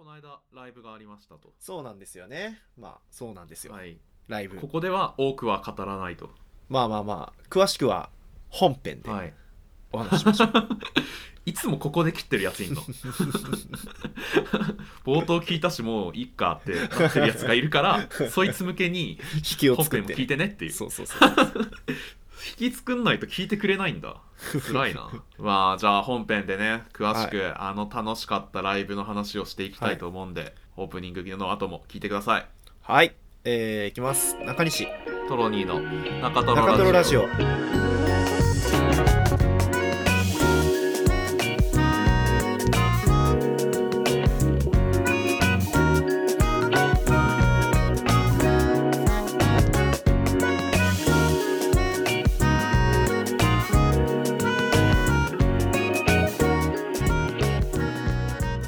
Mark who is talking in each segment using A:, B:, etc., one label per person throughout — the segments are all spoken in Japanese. A: 間ライブがありましたと、
B: そうなんですよね。まあ、そうなんですよ。
A: はい、
B: ライブ
A: こ。こでは多くは語らないと、
B: まあまあまあ、詳しくは本編で
A: はい、
B: お話し しましょう。
A: いつもここで切ってるやついん の冒頭聞いたしもういっかってなってるやつがいる からそいつ向けに
B: 引きを
A: 本
B: 作
A: 編も
B: っ
A: 聞いて
B: て。
A: ねっていう
B: そうそうそう。
A: 引き作んないと聞いてくれないんだ辛 いなまあじゃあ本編でね詳しく、あの楽しかったライブの話をしていきたいと思うんで、オープニングの後も聞いてください
B: はい。えー、いきます。中西、
A: トロニーの中トロ
B: 中トロラ
A: ラジ
B: ジ
A: オ
B: オ。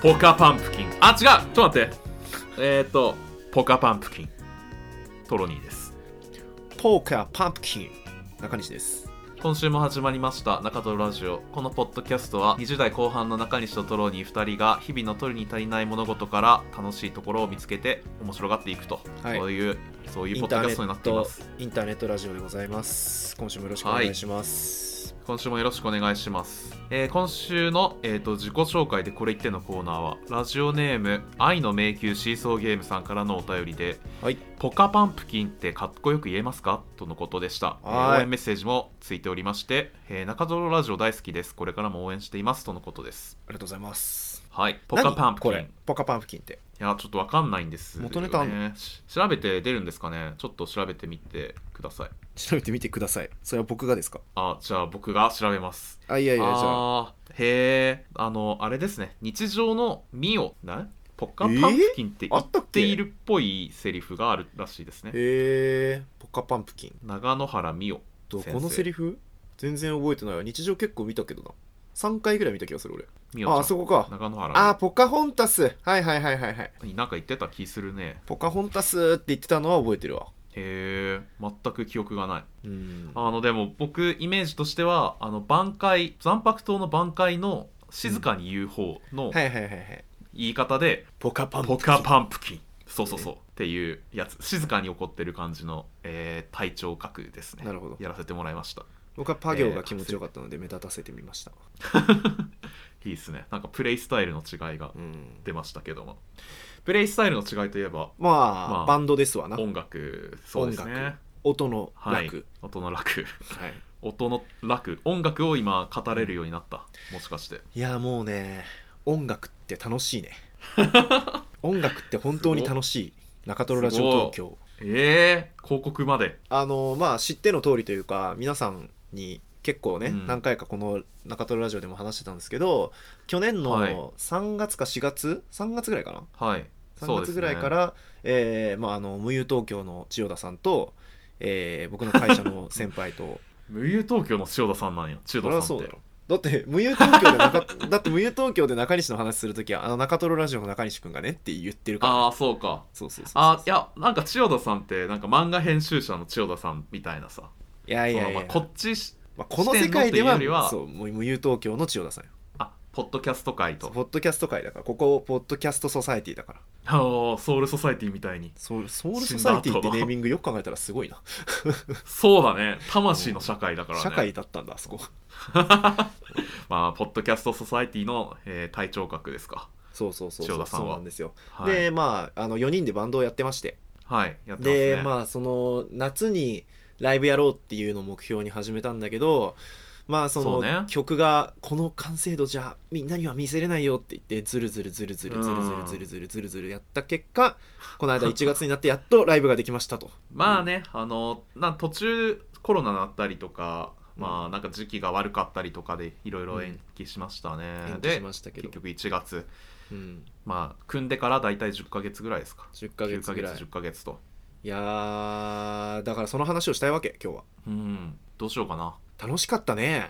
A: ポカパンプキンあ違うちょっと待ってえー、っとポカパンプキントロニーです
B: ポーカーパンプキン。中西です。
A: 今週も始まりました中トロラジオこのポッドキャストは20代後半の中西とトロに2人が日々の取るに足りない物事から楽しいところを見つけて面白がっていくと、
B: はい
A: そういうそういう
B: イ
A: ポ
B: ン
A: ッドキ
B: ター
A: ャ
B: ネ
A: ストにな
B: ッ
A: っていま
B: ト
A: す、
B: インターネットラジオでございます。今週もよろしくお願いします。
A: 今週もよろしくお願いします、えー今週の、えー、と自己紹介でこれ言ってのコーナーはラジオネーム愛の迷宮シーソーゲームさんからのお便りで
B: はい。
A: ポカパンプキンってかっこよく言えますかとのことでした、えー
B: はい
A: 応援メッセージもついておりまして、えー中園ラジオ大好きですこれからも応援していますとのことです
B: ありがとうございます。
A: はいポカパンプキン
B: 何これ
A: い。
B: ポカパンプキンって。
A: やちょっとわかんないんですよね
B: 元ネタあん
A: し調べて出るんですかねちょっと調べてみてください
B: 調べてみてください。それは僕がですか
A: あじゃあ僕が調べます
B: あ、いやいや、じゃあ。
A: あーへえあのあれですね日常のミオなポカパンプキンって
B: あ
A: 言っ
B: ったってけ
A: いるっぽいセリフがあるらしいですね、
B: えー、ポカパンプキン。
A: 長野原ミオ
B: ど
A: 先生
B: このセリフ全然覚えてないわ日常結構見たけどな3回ぐらい見た気がする俺
A: ミオちゃん
B: ああそこか
A: 長野原
B: ああポカホンタスはいはいはいはいはい
A: になんか言ってた気するね
B: ポカホンタスって言ってたのは覚えてるわ
A: へえ全く記憶がない
B: うん
A: あのでも僕イメージとしてはあの挽回残白島の挽回の静かに言う方の
B: はいはいはいはい
A: 言い方で、
B: ポカパン
A: ポカパンプキンそうそうそうっていうやつ静かに怒ってる感じの、えー、体調格ですね
B: なるほど
A: やらせてもらいました
B: 僕はパ行が気持ちよかったので目立たせてみました、
A: いいですねなんかプレイスタイルの違いが
B: うん、
A: 出ましたけどもプレイスタイルの違いといえば
B: まあ、
A: まあ
B: バンドですわな
A: 音楽そうです
B: 音
A: ね
B: 楽音の
A: はい
B: 楽、
A: 音の楽
B: はいい、
A: 音の楽音楽を今語れるようになったもしかして
B: やもうね音楽って楽しい ね音楽って本当に楽しい中トロラジオ東京
A: ええ広告まで
B: あのまあ知っての通りというか皆さんに結構ね、
A: うん
B: 何回かこの中トロラジオでも話してたんですけど去年
A: はい
B: の3月か4月、3月ぐらいかな
A: はい
B: 3月ぐらいから、えーまあ、あの無友東京の千代田さんと、えー僕の会社の先輩と
A: 無友東京の塩田さんなんや 千
B: そ
A: 代田
B: れは
A: さん
B: そ
A: っ
B: う
A: て
B: だろだって無友東京で中 だって無友東京で中西の話するときはあの中トロラジオの中西くんがねって言ってるから
A: ああそうか
B: そうそうそうそう
A: あいやなんか千代田さんってなんか漫画編集者の千代田さんみたいなさ
B: いやいやい
A: その
B: や、
A: まあこっちし
B: まあこの世界では
A: 視点のというよりは
B: そう無無友東京の千代田さんよ
A: あポッドキャスト界と
B: ポッドキャスト界だからここポッドキャストソサエティだから
A: あーソウルソサイティみたいに
B: ソウルソウルソサエティってネーミングよく考えたらすごいな、
A: そうだね魂の社会だからね
B: 社会だったんだあそこ
A: まあポッドキャストソサイティの、えー、体調格ですか
B: そうそうそう
A: 千代
B: そう
A: 田さんは
B: そうなんですよ、
A: はい、
B: でまああの4人でバンドをやってまして
A: はい、やってますね
B: でまあその夏にライブやろうっていうのを目標に始めたんだけどまあそ
A: そ
B: の
A: うね
B: 曲がこの完成度じゃみんなには見せれないよって言ってズルズルズルズルズルズルズルズルズルズルやった結果この間1月になってやっとライブができましたと
A: まあね、あのな途中コロナになったりとか、
B: うん
A: まあなんか時期が悪かったりとかでいろいろ延期しましたね、
B: 延期し
A: で
B: ましたけ
A: 結
B: ど、
A: 局1月
B: うん、
A: まあ組んでから大体10ヶ月ぐらいですか
B: 10ヶ月
A: 9
B: ぐらい
A: 10ヶ月と
B: いやーだからその話をしたいわけ今日は
A: うんどうしようかな
B: 楽しかったね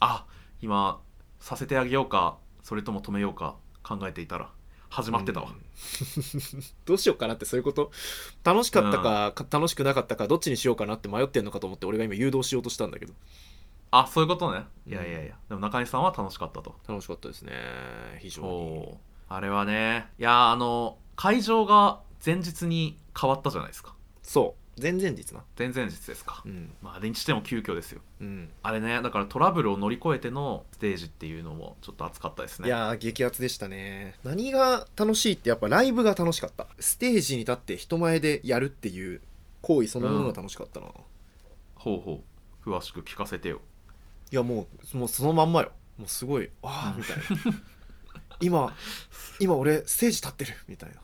A: あ今させてあげようかそれとも止めようか考えていたら始まってたわ、
B: うん どうしようかなってそういうこと楽しかったか,か、楽しくなかったかどっちにしようかなって迷ってんのかと思って俺が今誘導しようとしたんだけど
A: あそういうことね
B: うん
A: いやいやいやでも中西さんは楽しかったと
B: 楽しかったですね非常に
A: おあれはねいやーあの会場が前日に変わったじゃないですか
B: そう前々日な
A: 前々日ですか
B: うん
A: まあでにしても急遽ですよ
B: うん
A: あれねだからトラブルを乗り越えてのステージっていうのもちょっと熱かったですね
B: いやー激アツでしたね何が楽しいってやっぱライブが楽しかったステージに立って人前でやるっていう行為そのものが楽しかったな、い
A: ほうほう詳しく聞かせてよ
B: やもうもうそのまんまよもうすごいああみたいな今今俺ステージ立ってるみたいな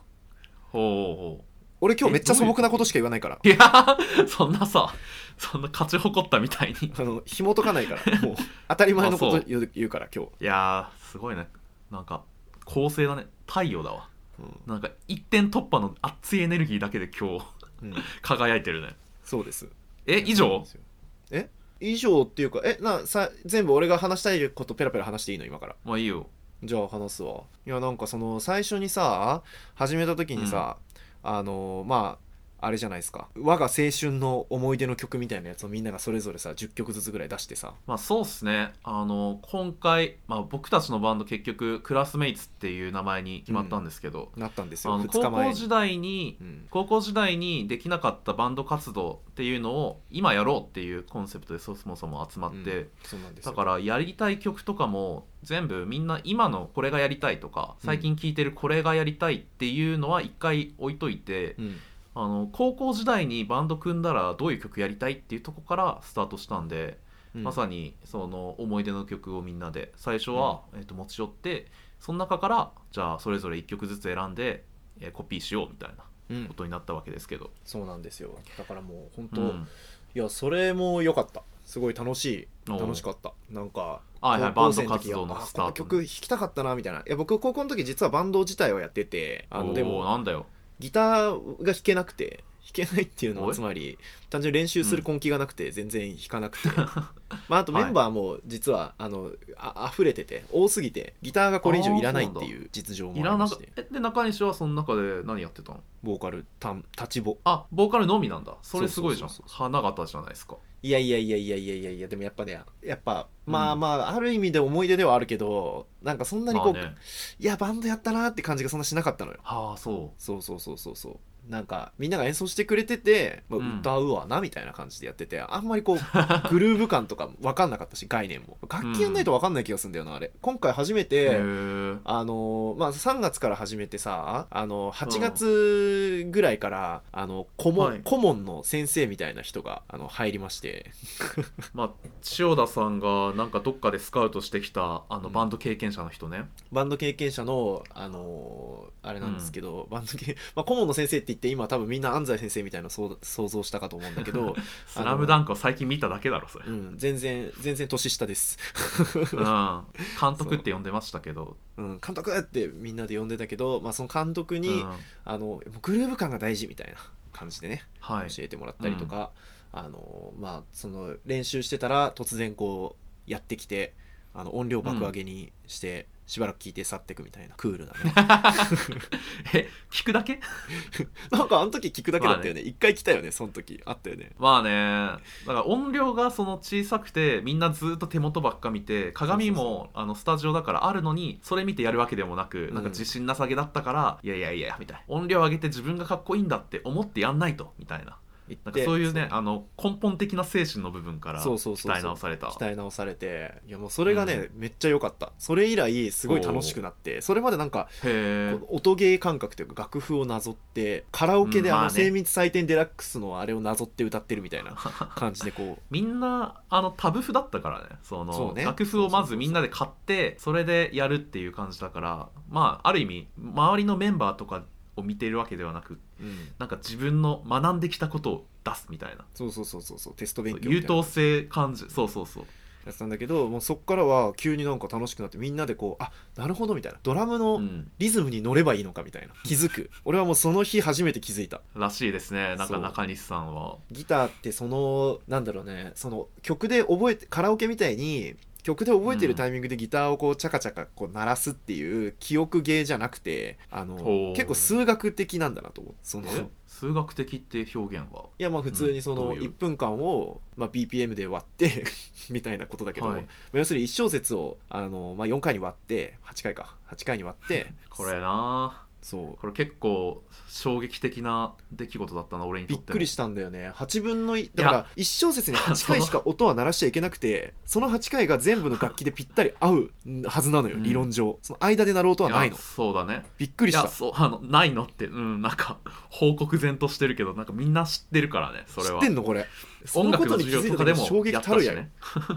A: ほうほうほ
B: 俺今日めっちゃ素朴なことしか言わないから
A: ういやーそんなさそんな勝ち誇ったみた いに
B: あの紐解かない からもう当たり前のこ
A: あ
B: と
A: そう
B: 言う言うから今日、
A: いやーすごいねなんか構成だね太陽だわ
B: う
A: なんか一点突破の熱いエネルギーだけで今日
B: ん
A: 輝いてるね
B: そうです
A: え以上
B: え以上っていうかえなさ全部俺が話したいことペラペラ話していいの今から
A: まあいいよ
B: じゃあ話すわいやなんかその最初にさ始めた時にさ、あのまああれじゃないですか我が青春の思い出の曲みたいなやつをみんながそれぞれさ10曲ずつぐらい出してさ
A: まあそうっすねあの今回、まあ、僕たちのバンド結局クラスメイツっていう名前に決まったんですけど、
B: なったんです
A: あ
B: よ
A: の
B: 2
A: 高
B: 日前
A: 校
B: に
A: 時代に
B: うん
A: 高校時代にできなかったバンド活動っていうのを今やろうっていうコンセプトでそもそも集まって、
B: うんそうなんです
A: だ
B: よ
A: からやりたい曲とかも全部みんな今のこれがやりたいとか最近聴いてるこれがやりたいっていうのは一回置いといて、
B: うん
A: あの高校時代にバンド組んだらどういう曲やりたいっていうとこからスタートしたんで、
B: うん
A: まさにその思い出の曲をみんなで最初は、えっと持ち寄ってその中からじゃあそれぞれ1曲ずつ選んで、えーコピーしようみたいな
B: うん
A: ことになったわけですけど。
B: そうなんですよだからもう本
A: う
B: 当、
A: ん
B: いやそれも良かったすごい楽しい
A: おう
B: 楽しかったなんか
A: はいはい
B: 高校生時
A: バンド活動の
B: あ
A: スタートね
B: この曲弾きたかったなみたいないや僕高校の時実はバンド自体はやっててあので
A: おー
B: も
A: なんだよ
B: ギターが弾けなくて弾けないっていうの
A: お
B: はいつまり単純に練習する根気がなくて全然弾かなく て、まあ、あと
A: はい
B: メンバーも実はあのあ溢れてて多すぎてギターがこれ以上いらないっていう実情も
A: い
B: あり
A: らな
B: ま
A: か
B: して
A: えで中西はその中で何やってたの
B: ボーカル単立ちぼ
A: あボーカルのみなんだそれすごいじゃん
B: そうそう
A: 花形じゃないですか
B: いやいやいやいやいやいやいやでもやっぱねやっぱ
A: うん
B: まあまあある意味で思い出ではあるけどなんかそんなにこう、
A: まあね
B: いやバンドやったなって感じがそんなしなかったのよ
A: はあそ
B: そうそうそうそうそうなんかみんなが演奏してくれてて、まあ
A: うん
B: 歌うわなみたいな感じでやっててあんま りこうグルーヴ感とか分かんなかったし概念も楽器やんないと分かんない気がするんだよな、あれ今回初め
A: う
B: て、
A: へえ
B: あのーまあ、3月から始めてさ、あの8月ぐらいから、あの顧問
A: はい
B: 顧問の先生みたいな人があの入りまして
A: まあ千代田さんがなんかどっかでスカウトしてきたあの
B: うん
A: バンド経験者の人ね、
B: バンド経験者の、あのーあれなんですけ ど、バンド経まあ、顧問の先生って言って今多分みんな安西先生みたいな想想像したかと思うんだけど、
A: スラムダンクを最近見ただけだろそれ、
B: う
A: うん、
B: ん、全然全然年下です、
A: 監督って呼んでましたけど
B: うん、監督ってみんなで呼んでたけど、まあ、その監督に、
A: うん
B: あのグルーヴ感が大事みたいな感じでね
A: はい
B: 教えてもらったりとか、あのまあその練習してたら突然こうやってきてあの音量爆上げにして、しばらく聞いて去ってくみたいなクールなね
A: え聞くだけ
B: なんかあの時聞くだけだったよね一、回来たよねその時あったよね
A: まあねだから音量がその小さくてみんなずっと手元ばっか見て鏡
B: そうそう
A: もあのスタジオだからあるのにそれ見てやるわけでもなく
B: ん
A: なんか自信なさげだったから、いやいやいやみたいな音量上げて自分がかっこいいんだって思ってやんないとみたいな
B: 行って
A: なんかそういうね
B: そ
A: あの根本的な精神の部分から
B: そうそうそうそう
A: 鍛え直された
B: 鍛え直されていやもうそれがね、めっちゃ良かったそれ以来すごい楽しくなってそれまでなんか
A: へえ
B: こう音ゲー感覚というか楽譜をなぞってカラオケで
A: うん
B: あ
A: ま
B: の
A: あね
B: 精密採点デラックスのあれをなぞって歌ってるみたいな感じでこう
A: みんなあのタブ譜だったからねその
B: そうね
A: 楽譜をまずみんなで買ってそれでやるっていう感じだからまあある意味周りのメンバーとかを見ているわけではなく
B: うん
A: なんか自分の学んできたことを出すみたいな
B: そうそうそうそうそうテスト勉強みたいな
A: 優等生感じそうそうそう
B: やってたんだけどもうそっからは急になんか楽しくなってみんなでこうあなるほどみたいなドラム
A: う
B: の
A: ん
B: リズムに乗ればいいのかみたいな気づく俺はもうその日初めて気づいた
A: らしいですねなん
B: そ
A: か
B: う
A: 中西さんは
B: ギターってそのなんだろうねその曲で覚えてカラオケみたいに曲で覚えてるタイミングでギターをこうチャカチャカこう鳴らすっていう記憶芸じゃなくてあ
A: ほ
B: の
A: う
B: 結構数学的なんだなと思うその
A: え数学的って表現は、
B: いやまあ普通にそ
A: うんど
B: の
A: ういう
B: 1分間を、まあ、BPM で割って みたいなことだけど、
A: はい
B: まあ要するに1小節をあの、まあ、4回に割って8回か8回に割って
A: これな
B: そう
A: これ結構衝撃的な出来事だったな俺にと
B: び
A: っ
B: ってくり
A: し
B: したんだよね8分の1
A: や
B: だから1小節に8回しか音は鳴らしちゃいけなくてその8回が全部の楽器でぴったり合うんはずなのよ、
A: うん
B: 理論上その間で鳴る音はないの
A: そうだね
B: びっくり
A: い
B: し
A: や
B: た
A: そうあのないのってうんなんか報告前としてるけどなんかみんな知ってるからねそれ
B: 知っ
A: は
B: てんのこれそ
A: 音
B: のこ
A: 楽
B: と
A: の
B: に気
A: 授業
B: づい
A: とか
B: た
A: で
B: 時
A: も
B: 衝撃
A: やったた
B: る
A: し
B: やん
A: ね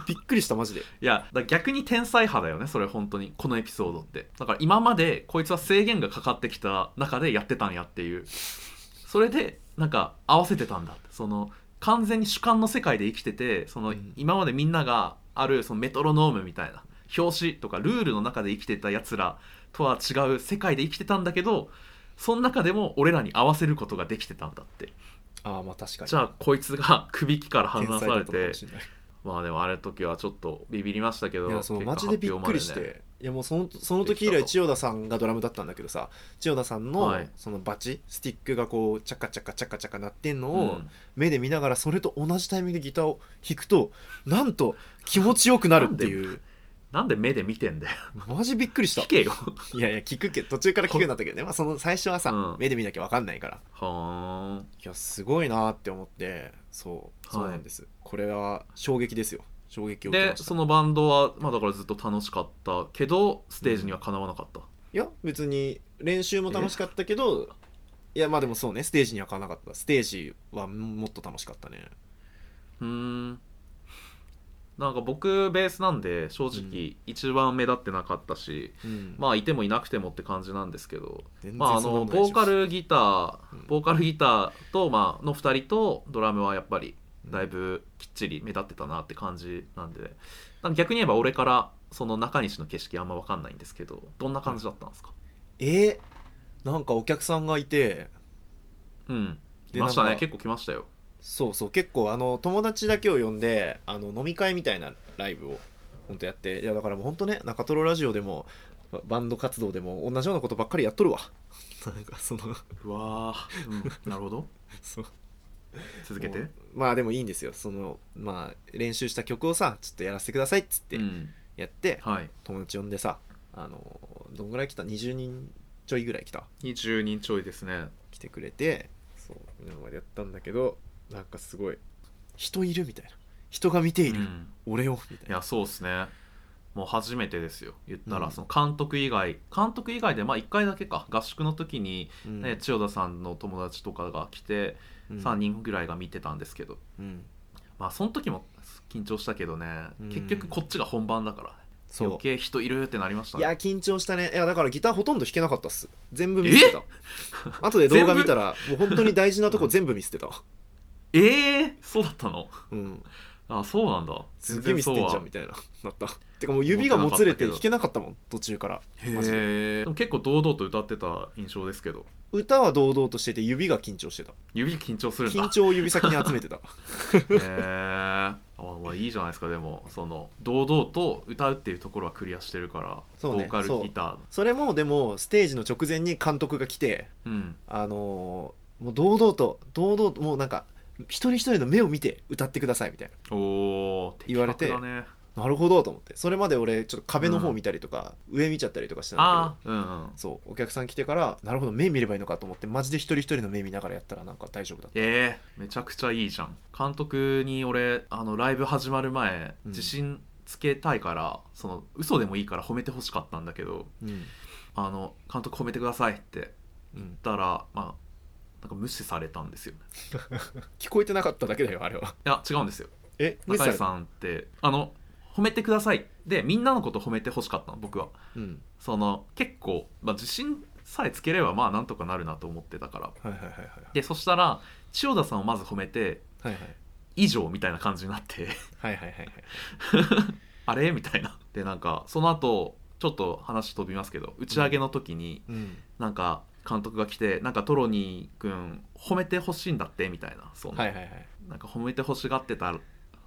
B: びっくりしたマジで
A: いやだから逆に天才派だよねそれ本当にこのエピソードってだから今までこいつは制限がかかってきた中でやってたんやっていうそれでなんか合わせてたんだってその完全に主観の世界で生きててその
B: うん
A: 今までみんながあるそのメトロノームみたいな表紙とかルールの中で生きてたやつらとは違う世界で生きてたんだけどその中でも俺らに合わせることができてたんだって
B: ああまあ確かに
A: じゃあこいつが首輝から
B: 天
A: 離
B: 才
A: さ
B: だ
A: れ
B: ったのか
A: て
B: もしれない
A: まあでもあれの時はちょっとビビりましたけど
B: いやそう
A: 結果
B: マジでびっくりし
A: 発表までね
B: ていやもうそのその時以来千代田さんがドラムだったんだけどさ千代田さんの
A: はい
B: そのバチスティックがこうチャカチャカチャカチャカ鳴ってんの
A: う
B: を
A: ん
B: 目で見ながらそれと同じタイミングでギターを弾くとなんと気持ちよくなるっていう
A: なんで目で見てんだよ
B: マジびっくりした
A: 聞け よ
B: いやいや聞くけど途中から聞くようになったけどね、まあ、その最初はさ、
A: うん
B: 目で見なきゃ分かんないから
A: はーん
B: いやすごいなーって思ってそうそうなんです、これは衝撃ですよ衝撃を受け
A: で
B: ました
A: そのバンドは、まあ、だからずっと楽しかったけどステージにはかなわなかった、
B: いや別に練習も楽しかったけどいやまあでもそうねステージにはかなかったステージはもっと楽しかったね
A: うーんなんか僕ベースなんで正直一番目立ってなかったし、
B: うん
A: まあいてもいなくてもって感じなんですけど、
B: 全然
A: まあ、あ
B: そんな
A: の
B: ことない
A: ボ
B: で
A: ー
B: しょ
A: カルギター
B: うん
A: ボーカルギターと、まあの2人とドラムはやっぱりだいぶきっちり目立ってたなって感じなんでなんか逆に言えば俺からその中西の景色あんま分かんないんですけどどんな感じだったんですか、
B: えーなんかお客さんがいて
A: うん。
B: で
A: 来ました
B: なん
A: ね。
B: か
A: 結構来ましたよ。
B: そうそう結構あの友達だけを呼んであの飲み会みたいなライブを本当やっていやだからもう本当ね中トロラジオでもババンド活動でも同じようなことばっかりやっとるわ なんかその
A: うわー、うん、なるほど。
B: そう
A: 続けて。
B: も
A: っ
B: うまあでもいいんですよそのまあ練習した曲をさちょっとやらせてくださいっつって
A: うん、
B: やって、
A: はい。
B: 友達呼んでさあのどんぐらい来た20人ちょいぐらい来た
A: 20人ちょいですね。
B: 来てくれてそう今までやったんだけどなんかすごい人いるみたいな人が見て
A: う
B: いる、
A: ん、
B: 俺をみたい
A: い
B: な
A: や、そうですね。もう初めてですよ。言った
B: うん
A: ら、その監督以外、監督以外で、まあ1回だけか、合宿の時に、
B: うん
A: ね千代田さんの友達とかが来て、
B: うん
A: 3人ぐらいが見てたんですけど、
B: うん
A: まあその時も緊張したけどね、
B: うん
A: 結局こっちが本番だから、ね、
B: そ
A: 余計人いるってなりました
B: うい
A: ね。
B: や緊張したねいやだからギターほとんど弾けなかったっす全部見捨てた後で動画見たらもう本当に大事なと こ全部見捨てた
A: ええー、そうだったの
B: うん
A: あ、そうなんだ。
B: す
A: 全
B: っげえ
A: 然
B: 見捨
A: そう
B: てん
A: は
B: じゃんみたいななったてかもう指がもつれて
A: 持ってなかったけど
B: 弾けなかったもん途中からマジで
A: へえでも結構堂々と歌ってた印象ですけど
B: 歌は堂々としてて指が緊張してた
A: 指緊張するんだ
B: 緊張を指先に集め てた
A: へえあまあいいじゃないですかでもその堂々と歌うっていうところはクリアしてるから
B: そう
A: ボ
B: ね
A: ーカル
B: そう
A: ギター
B: それもでもステージの直前に監督が来て
A: うん
B: あのーもう堂々と堂々ともうなんか一人一人の目を見て歌ってくださいみたい
A: おお
B: 言われて
A: だね
B: ななるほどと思ってそれまで俺ちょっと壁の方見たりとか、上見ちゃったりとかしてたんだけど
A: ああうんうん
B: そうお客さん来てからなるほど目見ればいいのかと思ってマジで一人一人の目見ながらやったらなんか大丈夫だった
A: ええめちゃくちゃいいじゃん監督に俺あのライブ始まる前
B: うん
A: 自信つけたいから、その嘘でもいいから褒めてほしかったんだけど
B: うん
A: あの監督褒めてくださいって
B: うん、
A: 言ったらまあなんか無視されたんですよね
B: 聞こえてなかっただけだよあれ はい
A: や違うんですよ
B: え無視
A: 中井
B: された
A: さんってあの褒めてくださいでみんなのこと褒めてほしかったの僕は
B: うん
A: その結構、まあ、自信さえつければまあなんとかなるなと思ってたから
B: はいはいはいはい
A: でそしたら千代田さんをまず褒めて
B: はいはい
A: 以上みたいな感じになって
B: はいはいはいはい
A: あれみ たいなでなんかその後ちょっと話飛びますけど打ち上げの時に
B: うん
A: なんか監督が来てなんかトロニー君褒めてほしいんだってみたいなその
B: はいはいはい
A: なんか褒めてほしがってた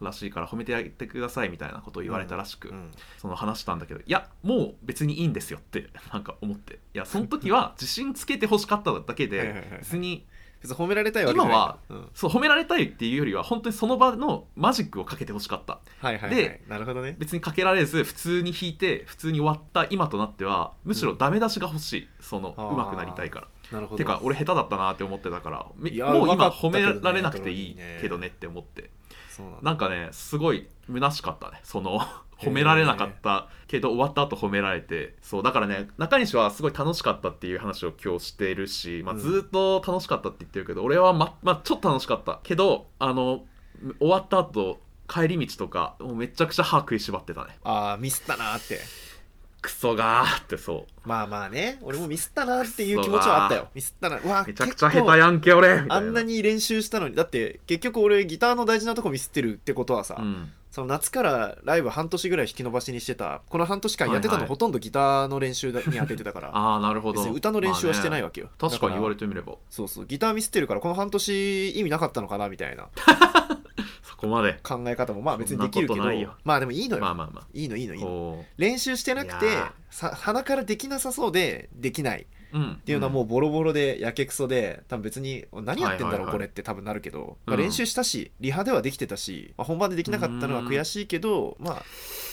A: らしいから褒めてあげてくださいみたいなことを言われたらしく、
B: うん
A: その話したんだけどいやもう別にいいんですよって なんか思っていやその時 は自信つけてほしかっただけ
B: はいはい
A: で
B: はい
A: 別に
B: 別に褒められたいわけじゃない今は、うん
A: そう褒められたいっていうよりは本当にその場のマジックをかけてほしかった
B: はいはいはい
A: で
B: なるほどね
A: 別にかけられず普通に弾いて普通に終わった今となってはむしろダメ出しが欲しいその
B: あー
A: 上手くなりたいから
B: なるほど
A: てか俺下手だったなって思ってたからめ
B: いや
A: もう
B: 上手か
A: 今
B: ったけど
A: 褒
B: ね
A: められなくていいけどねって思って
B: そうなんだ
A: なんかねすごい虚しかったねその褒められなかったけど終わった後褒められてそうだからね中西はすごい楽しかったっていう話を今日してるし、まあ、
B: うん
A: ずっと楽しかったって言ってるけど、俺はま、まあ、ちょっと楽しかったけどあの終わった後帰り道とかもうめちゃくちゃ歯食いしばってたね
B: ああミスったなーって
A: クソがーってそ
B: まあまあね俺もミスったなーっていう気持ちはあったよミスったなうわ
A: うめちゃくちゃ下手やんけ俺みたいな
B: あんなに練習したのにだって結局俺ギターの大事なとこミスってるってことはさ、
A: うん
B: その夏からライブ半年ぐらい引き延ばしにしてたこの半年間やって
A: は
B: た
A: い
B: の
A: はい
B: ほとんどギターの練習だに当ててたから
A: ああなるほ
B: 別
A: ど
B: に歌の練習はしてない
A: わ、
B: わけよ、
A: まあね確かに言わ
B: れ
A: れてみれば
B: そうそうギターミスってるからこの半年意味なかったのかなみた いな
A: そこまで
B: 考え方もまあ別にできる
A: そ
B: け
A: ん
B: ど
A: なことないよ
B: まあでもいいのよ、
A: まあまあまあ
B: いいのいいのいいの
A: おー
B: 練習してなく
A: い
B: て
A: や
B: さ鼻からできなさそうでできない
A: うん、っ
B: っていうのはもうボロボロでやけくそで多分別に何や
A: はいは
B: ってんだ
A: い
B: ろ
A: は
B: う
A: い
B: これって多分なるけど、
A: うん
B: まあ、練習したしリハではできてたし、まあ、本番でできなかったのは悔しいけどまあ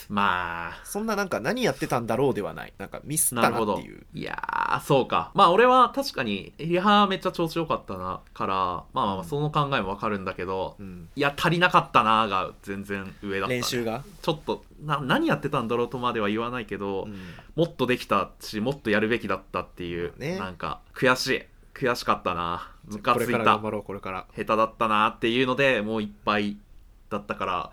A: まあ
B: そんななんか何やってたんだろうではないなんかミスっ
A: な
B: た
A: る
B: な
A: ほ
B: っ
A: ど
B: ていう。
A: いやーそうかまあ俺は確かにリハめっちゃ調子良かったなからまあまあまあその考えもわかるんだけど、
B: うん
A: いや足りなかったなーが全然上だったね、
B: 練習が、
A: ちょっとな何やってたんだろうとまでは言わないけど、
B: うん
A: もっとできたしもっとやるべきだったっていう、
B: まあね
A: なんか悔しい悔しかったなムカ
B: こ
A: つ
B: れ
A: い
B: から
A: た
B: 頑張ろうこれから
A: 下手だったなっていうのでもういっぱいだったから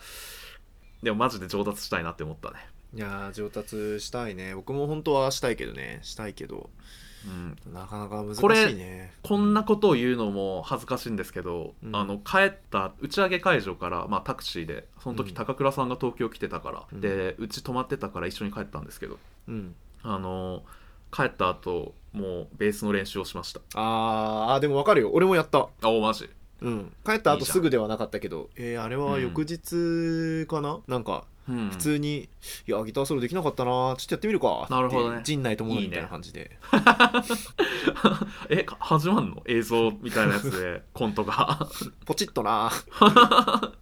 A: でもマジで上達したいなって思ったね
B: いやー上達したいね僕も本当はしたいけどねしたいけど
A: うん
B: なかなか難し
A: これ
B: いね
A: こんなことを言うのも恥ずかしいんですけど、
B: うん
A: あの帰った打ち上げ会場から、まあ、タクシーでその時
B: うん
A: 高倉さんが東京来てたから、
B: うん
A: でうち泊まってたから一緒に帰ったんですけど
B: うん
A: あの帰った後もうベースの練習をしました
B: あーあーでもわかるよ俺もやった
A: あおマジ
B: うん、帰った後すぐではなかったけどえーあれは翌日かな、なんか
A: うん
B: 普通に「いやギターソロできなかったなちょっとやってみるか」
A: なるほどね
B: って陣内智則みたい
A: いい
B: な
A: ね
B: 感じで
A: えか始まんの映像みたいなやつ でコントが
B: ポチッとない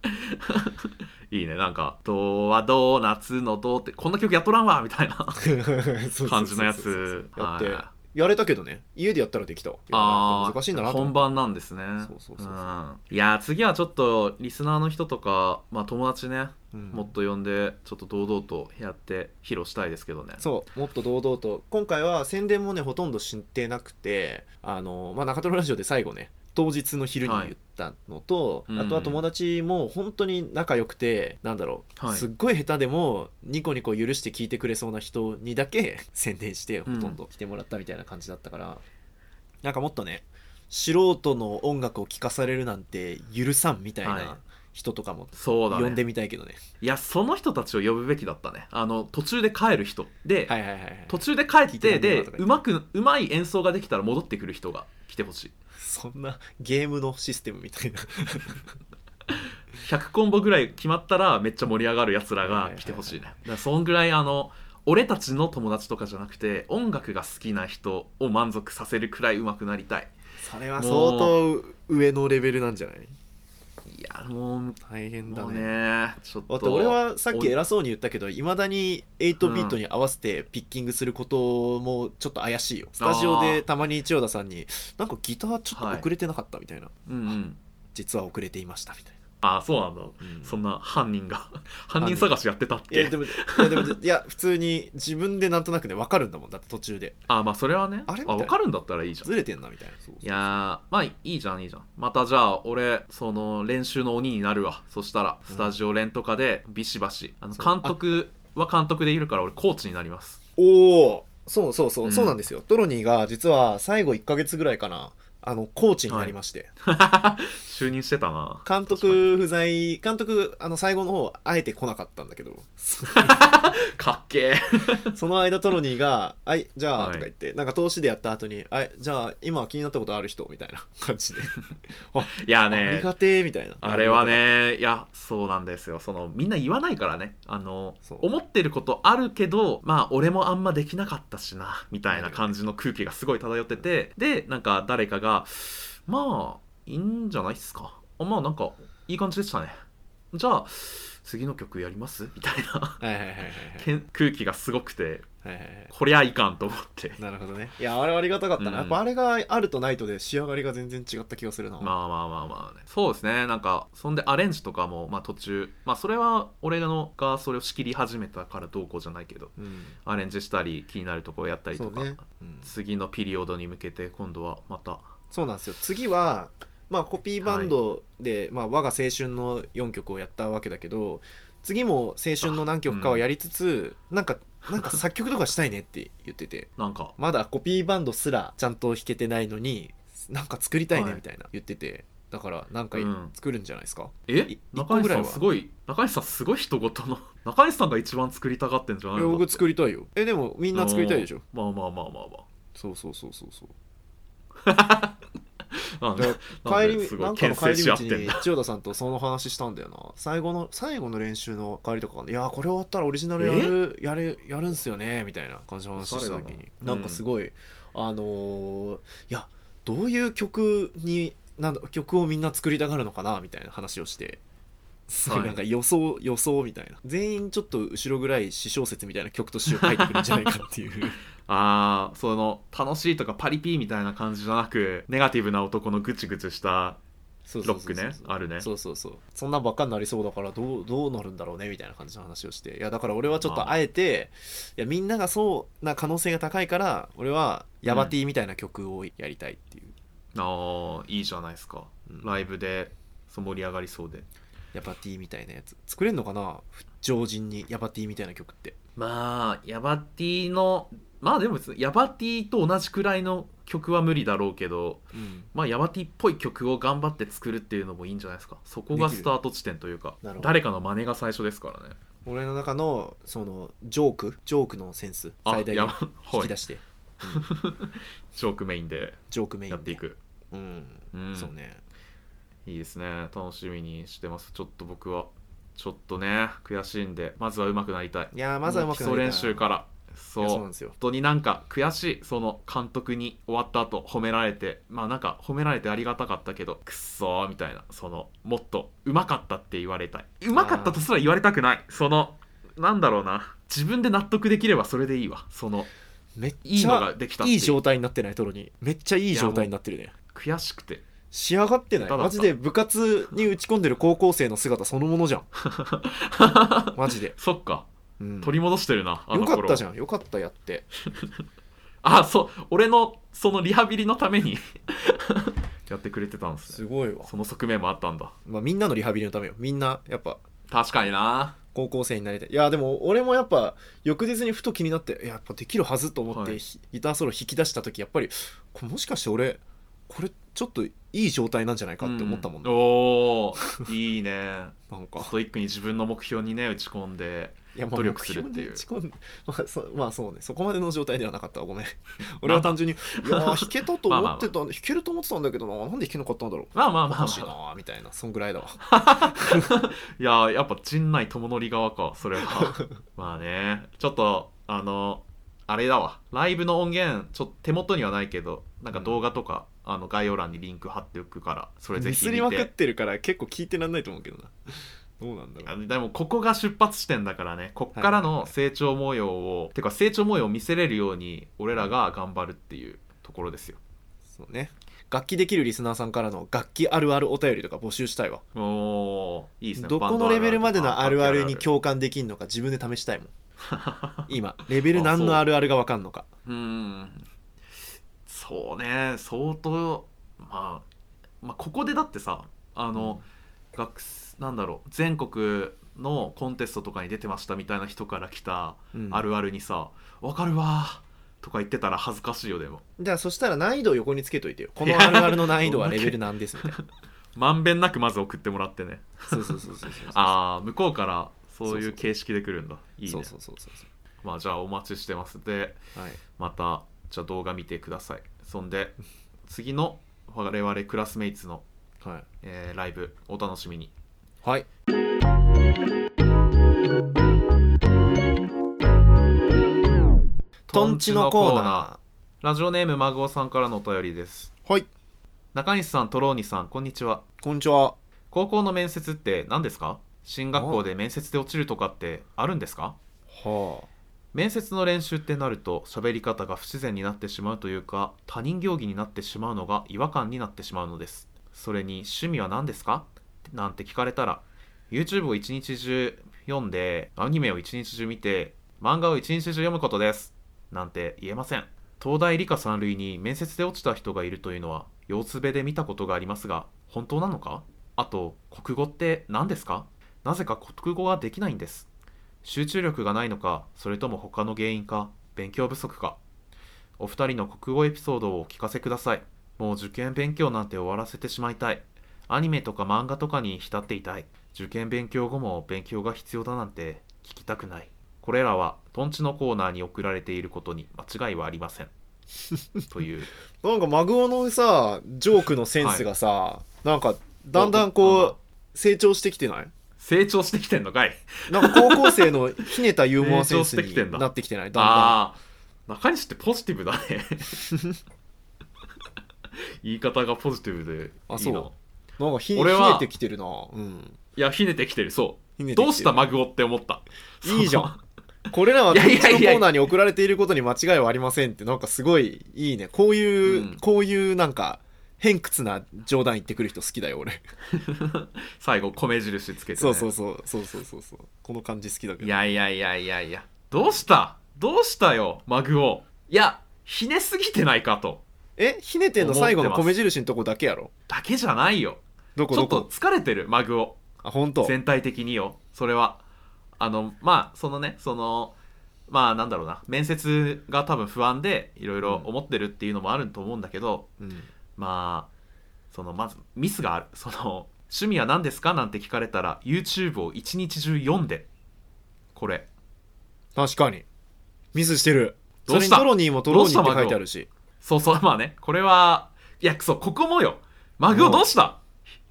A: いねなんか「ドはドーナツのド」ってこんな曲やっとらんわみたいな感じのやつ
B: やって
A: はい
B: やれたけどね家でやったらできたいや
A: あー
B: 難しいんだなと思
A: 本
B: って
A: 番なんですね
B: そうそうそうそうん
A: いやー次はちょっとリスナーの人とか、まあ、友達ね、
B: うん
A: もっと呼んでちょっと堂々とやって披露したいですけどね
B: そうもっと堂々と今回は宣伝もねほとんどしてなくてあの、まあ、中トロラジオで最後ね当日の昼に言ったのと、
A: はい
B: あと
A: うんう
B: は
A: ん
B: 友達も本当に仲良くてなんだろう、
A: はい
B: すっごい下手でもニコニコ許して聞いてくれそうな人にだけ 宣伝してほ
A: うん
B: とんど来てもらったみたいな感じだったから、なんかもっとね素人の音楽を聴かされるなんて許さんみたい
A: はい
B: な人とかも
A: そうだ
B: 呼ん
A: ね
B: でみたいけどね。
A: いやその人たちを呼ぶべきだったねあの途中で帰る人で、
B: はいはいはいはい。
A: 途中で帰
B: 聞
A: っ
B: いてな
A: て
B: いな
A: で
B: とか
A: うまくうまい演奏ができたら戻ってくる人が来てほしい
B: そんなゲームのシステムみたいな。
A: 100コンボぐらい決まったらめっちゃ盛り上がるやつらが来てほしいねだからそんぐらいあの俺たちの友達とかじゃなくて音楽が好きな人を満足させるくらい上手くなりたい
B: それは相当上のレベルなんじゃない
A: いやも
B: 大
A: う
B: 変だ
A: もう
B: ね
A: ねちょっ
B: だっ
A: と
B: て俺はさっき
A: お
B: 偉そうに言ったけどいまだに8ビートに合わせてピッキングすることもちょっと怪しいよスタジオでたまに千代田さんになんかギターちょっと遅れてなかったみたいな、
A: うんうん
B: 実は遅れていましたみたい
A: ああそうなんだ、
B: うん
A: そんな犯人が犯人探しやってたっ
B: ないや
A: け
B: でもいやでもいや普通に自分でなんとなくね分かるんだもんだって途中で
A: ああまあそれはね
B: あれみたいな
A: 分かるんだったらいいじゃん
B: ずれてんなみたいなそう
A: いやーまあいいじゃんいいじゃんまたじゃあ俺その練習の鬼になるわそしたらスタジオ練とかでビシバシあの
B: そう
A: 監督は監督でいるから俺コーチになります
B: おおそうそうそう、
A: うん
B: そうなんですよトロニーが実は最後1ヶ月ぐらいかなあのコーチになりまして、
A: 就任してたな
B: 監督不在監督あの最後の方あえて来なかったんだけど
A: かっけえ
B: その間トロニーが「はいじゃあ」
A: はい
B: とか言って、なんか投資でやった後に「はいじゃあ今気になったことある人」みたいな 感じで
A: いや
B: あり
A: ね
B: がてえみたいな
A: あれはねいやそうなんですよそのみんな言わないからねあの
B: そう
A: 思ってることあるけどまあ俺もあんまできなかったしなみたいな感じの空気がすごい漂っててでなんか誰かが「まあいいんじゃないっすかあまあなんかいい感じでしたねじゃあ次の曲やります?」みたいな
B: はいはいはいはいはい
A: けん空気がすごくて
B: はいはいはい
A: こりゃいかんと思って
B: なるほどねいやあれはありがたかったな、
A: うん
B: やっぱあれがあるとないとで仕上がりが全然違った気がするな、
A: まあまあまあまあねそうですねなんかそんでアレンジとかも、まあ、途中まあそれは俺のがそれを仕切り始めたからどうこうじゃないけど
B: うん、
A: アレンジしたり気になるところやったり
B: そ
A: と
B: う
A: か、
B: ね、うん
A: 次のピリオドに向けて今度はまた
B: そうなんですよ次はまあコピーバンドで、まあ、我が青春の4曲をやったわけだけど次も青春の何曲かをやりつつ、なんかなんか作曲とかしたいねって言ってて
A: なんか
B: まだコピーバンドすらちゃんと弾けてないのになんか作りたいねみたいな言ってて、だからなんか
A: うん
B: 作るんじゃないですか、
A: え
B: い一
A: 中
B: 個ぐ
A: 西
B: ら
A: さ
B: いは
A: んすごい中西さんすごい人事の中西さんが一番作りたがってんじゃない
B: え
A: の
B: 僕作りたいよえでもみんな作りたいでしょ
A: まあまあまあまあ
B: そうそうそうそうそう
A: まああ
B: だ
A: ね
B: 帰
A: なん
B: り
A: ですごい
B: なんかの帰り
A: 牽制し合っ
B: 道
A: てん
B: に
A: だ
B: 千代田さんとその話したんだよな最後の最後の練習の帰りとかがいやーこれ終わったらオリジナルやるやるやるんすよねみたいな感じの話した時
A: おしゃれ
B: に
A: だな
B: なんかすごい、あのーいやどういう曲になんだ曲をみんな作りたがるのかなみたいな話をして。すごい
A: はい
B: なんか予想、予想みたいな全員ちょっと後ろぐらい詩小説みたいな曲と詩を書いてくるんじゃないかっていう
A: あーその楽しいとかパリピーみたいな感じじゃなくネガティブな男のぐちぐちした
B: そうそ
A: ロ
B: う
A: ッ
B: そ
A: ク
B: うそう
A: ねあるね
B: そうそうそうそんなんばっかになりそうだからどうどうなるんだろうねみたいな感じの話をしていやだから俺はちょっ
A: ま
B: と
A: あ
B: あえて、いやみんながそうな可能性が高いから俺はヤバティみたいな曲をやりたいっていう、
A: ああいいじゃないですか、
B: うん
A: ライブでそう盛り上がりそうで
B: ヤバティみたいなやつ作れるのかな常人にヤバティみたいな曲って
A: まあヤバティのまあでも別にヤバティと同じくらいの曲は無理だろうけど
B: うん
A: まあヤバティっぽい曲を頑張って作るっていうのもいいんじゃないですかそこが
B: できる
A: スタート地点というか
B: なるほど
A: 誰かの真似が最初ですからね
B: 俺の中のそのジョークジョークのセンス
A: あ
B: 最大に
A: やば
B: 引
A: は
B: き
A: い
B: 出して、うん
A: ジョークメインで
B: ジョークメイン
A: やっていく
B: うん、
A: うん
B: そうね
A: いいですね楽しみにしてますちょっと僕はちょっとね悔しいんでまずは上手くなりたい
B: いやーまずはうまくなりたい
A: もう基礎練習からそ
B: いうやそうなんですよ
A: 本当になんか悔しいその監督に終わった後褒められてまあなんか褒められてありがたかったけどくっそーみたいなそのもっとうまかったって言われたいうまかったとすら言われたくないそのなんだろうな自分で納得できればそれでいいわその
B: めっ
A: いい
B: ち
A: の
B: ゃ
A: ができたって
B: い
A: い
B: いう状態になってないトロにめっちゃいい状態になってるね
A: 悔しくて
B: 仕上がってない
A: ただただ
B: マジで部活に打ち込んでる高校生の姿そのも のじゃんマジで、
A: そっか
B: うん、
A: 取り戻してるな、あ
B: よ
A: の
B: か
A: 頃
B: ったじゃんよかったやって
A: あそう俺のそのリハビリのために やってくれてたんです
B: す
A: ね
B: ごいわ、
A: その側面もあったんだ
B: まあ、みんなのリハビリのためよみんなやっぱ
A: 確かにな
B: 高校生になりたいいやでも俺もやっぱ翌日にふと気になっていややっぱできるはずと思っ
A: は
B: て、
A: い
B: ひギターソロ引き出した時やっぱりこれもしかして俺これちょっといい状態なんじゃないかって思ったもん
A: う
B: ね、
A: おーいいね
B: なんか
A: ストイックに自分の目標にね打ち込んで
B: いやまあ
A: 努力するっていう
B: 目標に打ち込んで まあそまあそうねそこまでの状態ではなかったわごめん俺は単純に「いやー弾けたと思ってた弾けると思ってたんだけどななんで弾けなかったんだろう」
A: まあまあ
B: お
A: まあ、
B: かしいな
A: まあ、
B: ーみたいなそんぐらいだわ
A: いややっぱ陣内智則側かそれ はまあねちょっとあのあれだわライブの音源ちょっと手元にはないけどなんか動画とか、あの概要欄にリンク貼っておくからそれぜ
B: ミ
A: ひ
B: ス
A: 見
B: りまくっててるから結構聞いてらんないと思うけどなどうなんだろ
A: あ
B: う
A: でもここが出発地点だからねこっからの成長模様を、てか成長模様を見せれるように俺らが頑張るっていうところですよ
B: そうね楽器できるリスナーさんからの楽器あるあるお便りとか募集したいわ
A: おーいいですね
B: どこ
A: バンド
B: のレベルまでのあるあるに
A: 今日
B: 共感できんのか自分で試したいもん今レベル何のあるあるが分かんのか
A: うんそうね相当、まあ、まあここでだってさあの、学生なんだろう全国のコンテストとかに出てましたみたいな人から来た
B: うん
A: あるあるにさ「わかるわーとか言ってたら恥ずかしいよでも
B: じゃあそしたら難易度を横につけといてよこのあるあるの難易度はレベルなんですみたいな
A: まんべんなくまず送ってもらってね
B: そうそうそうそうそうそう
A: ああ向こうからそういう形式で来るんだいいね
B: そうそうそうそうそ
A: まあじゃあお待ちしてますで
B: うはい
A: またじゃあ動画見てくださいそんで次の我々クラスメイツの、
B: はい、
A: えーライブお楽しみに
B: はい、トンチのコーナ
A: ーラジオネームまぐおさんからのお便りです
B: ーはい
A: 中西さんトローニさんこんにちは
B: こんにちは
A: 高校の面接って何ですか進学校で面接で落ちるとかってあるんですか
B: は
A: 面接の練習ってなると喋り方が不自然になってしまうというか他人行儀になってしまうのが違和感になってしまうのですそれに趣味は何ですかなんて聞かれたら YouTube を一日中読んでアニメを一日中見て漫画を一日中読むことですなんて言えません東大理科三類に面接で落ちた人がいるというのは様子べで見たことがありますが本当なのかあと国語って何ですかなぜか国語ができないんです集中力がないのかそれとも他の原因か勉強不足かお二人の国語エピソードをお聞かせくださいもう受験勉強なんて終わらせてしまいたいアニメとか漫画とかに浸っていたい受験勉強後も勉強が必要だなんて聞きたくないこれらはトンチのコーナーに送られていることに間違いはありま せんという
B: あなんかマグオのさジョークのセンスがさ、なんかだんだんこう成長してきてない
A: 成長してきてんのかい
B: なんか高校生のひねったユーモアセンス
A: 成長してきてん
B: に
A: だ
B: なってきてないだんだん
A: ああー中西ってポジティ ブだね言い方がポジティブでいいな
B: あそうなんかひひ
A: 俺は
B: ねってきてるな、うん、
A: いやひねてきてるそ
B: ひね
A: う
B: ってきてる
A: どうしたマグオって思った
B: いいじゃん
A: そ
B: これらは
A: い
B: こっ
A: や
B: ち
A: いやいや
B: のコーナーに送られていることに間違いはありませんってなんかすごいいいねこういう、
A: うん
B: こういうなんか偏屈な冗談言ってくる人好きだよ俺、
A: の最後米印つけて、ね、
B: そうそうそうそうそうそうそうこの感じ好きだけど
A: いやいやいやいやいやどうしたどうしたよマグオいやひねすぎてないかと
B: えひねてんの最後の
A: 思ってます
B: 米印のとこだけやろ
A: だけじゃないよ
B: どこ
A: ちょ
B: ど
A: っと
B: こ
A: 疲れてるマグオ
B: あ本当
A: 全体的によそれはあのまあそのねそのまあなんだろうな面接が多分不安でいろいろ思ってるっていうのもあると思うんだけど、
B: うん
A: まあそのまずミスがあるその趣味は何ですかなんて聞かれたら YouTube を一日中読んでこれ
B: 確かにミスしてる
A: ど
B: そうれ
A: し
B: に
A: た
B: トロニーもトローニー
A: どう
B: っ
A: した
B: て書いてあるし
A: そうそうまあねこれはいやそうここもよマグ
B: う
A: オ
B: ん
A: どうした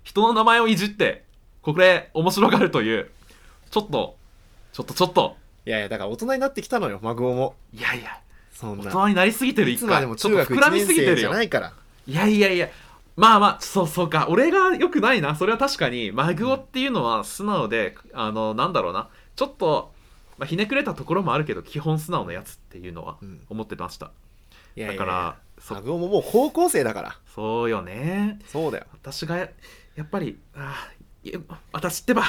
A: 人の名前をいじってこれ面白がるというちょっとちょっとちょっと
B: いやいやだから大人になってきたのよマグオも
A: いやいや
B: そん
A: 大
B: な
A: 人になりすぎてる
B: い
A: 一
B: つま
A: 回ち
B: で
A: ょ
B: も
A: っと
B: 中学
A: 膨ら
B: 1
A: み
B: 年
A: すぎて
B: 生
A: る
B: じゃ
A: よ
B: ないから
A: いやいやいやまあまあそうそうか俺が良くないなそれは確かにマグオっていうのは素直で、あのなんだろうなちょっと、まあ、ひねくれたところもあるけど基本素直なやつっていうのは
B: うん
A: 思ってました、
B: いやいやい
A: だ
B: や
A: からそ
B: マグオももう高校生だから
A: そうよね
B: そうだよ
A: 私がやっぱりあーいや私ってば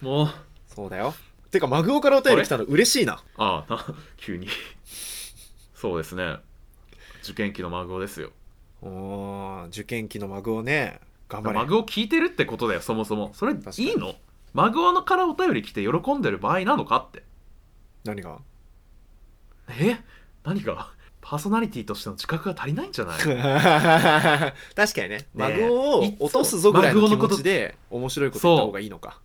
A: もう
B: そうだよてかマグオからお便り来たの嬉しいな
A: ああな急にそうですね受験期のマグオですよ
B: おー受験期のマグオね頑張れ
A: マグオ聞いてるってことだよそもそもそれ
B: か
A: い
B: に
A: いのマグオのからお便り来て喜んでる場合なのかって
B: 何 が
A: え何がパーソナリティとしての自覚が足りないんじゃない
B: 確かにねマグオを落とすぞぐらいの気持ちで面白いこと言った方がいいのか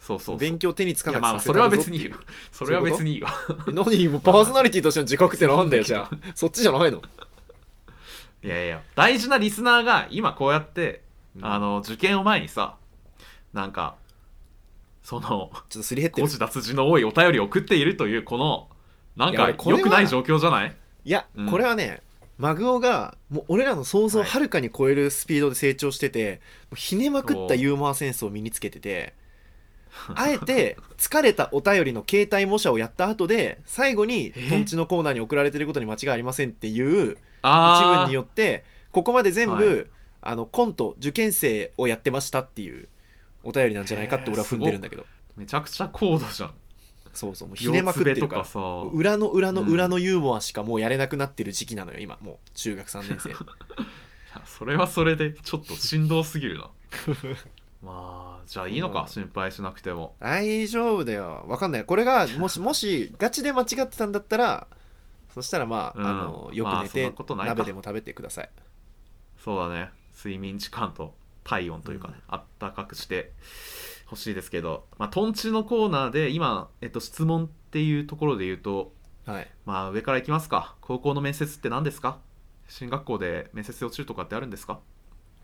A: そうそうそう
B: 勉強手につか
A: い
B: な
A: や
B: く
A: まあま
B: さ
A: あそ
B: せたる
A: れは
B: ぞっていう
A: 別にいいよ それは別にいいよ
B: 何もパーソナリティとしての自覚ってなんだよじゃあ そっちじゃないの
A: いやいや大事なリスナーが今こうやって、
B: うん
A: あの受験を前にさなんかそ の
B: ちょっとすり減って
A: 誤
B: る
A: 字脱字の多いお便りを送っているというこのなん
B: いや
A: か
B: 俺これは
A: 良くない状況じゃない
B: いや、
A: うん
B: これはねマグオがもう俺らの想像を
A: はい
B: はるかに超えるスピードで成長してて、もうひねまくったユーモアセンスを身につけ ててあえて疲れたお便りの携帯模写をやった後で最後に「
A: え
B: とんちのコーナーに送られてることに間違いありません」っていう一
A: あ
B: 文によってここまで全部、
A: は
B: あのコント受験生をやってましたっていうお便りなんじゃないかって俺は踏んでるんだけど、
A: めちゃくちゃ高度じゃん
B: そうそうもうひね
A: 四
B: ま
A: つ
B: くって
A: べと
B: るから
A: かさ
B: 裏の裏の裏のユーモアしかもうやれなくなってる時期なのよ今もう中学3年 生
A: それはそれでちょっとしんどすぎる なまあじゃあいいのか、
B: うん
A: 心配しなくても
B: 大丈夫だよわかんないこれがもしもしガチで間違ってたんだったらそしたらまあ,、
A: うん
B: あのよ
A: ま
B: く
A: あ
B: 寝
A: そん
B: て
A: なことないか
B: 鍋でも食べてください
A: そうだね睡眠時間と体温というかね、あったかくしてほしいですけど、まあ、トンチのコーナーで今、えっと、質問っていうところで言うと、
B: はい
A: まあ、上からいきますか高校の面接って何ですか進学校で面接落ちるとかってあるんですか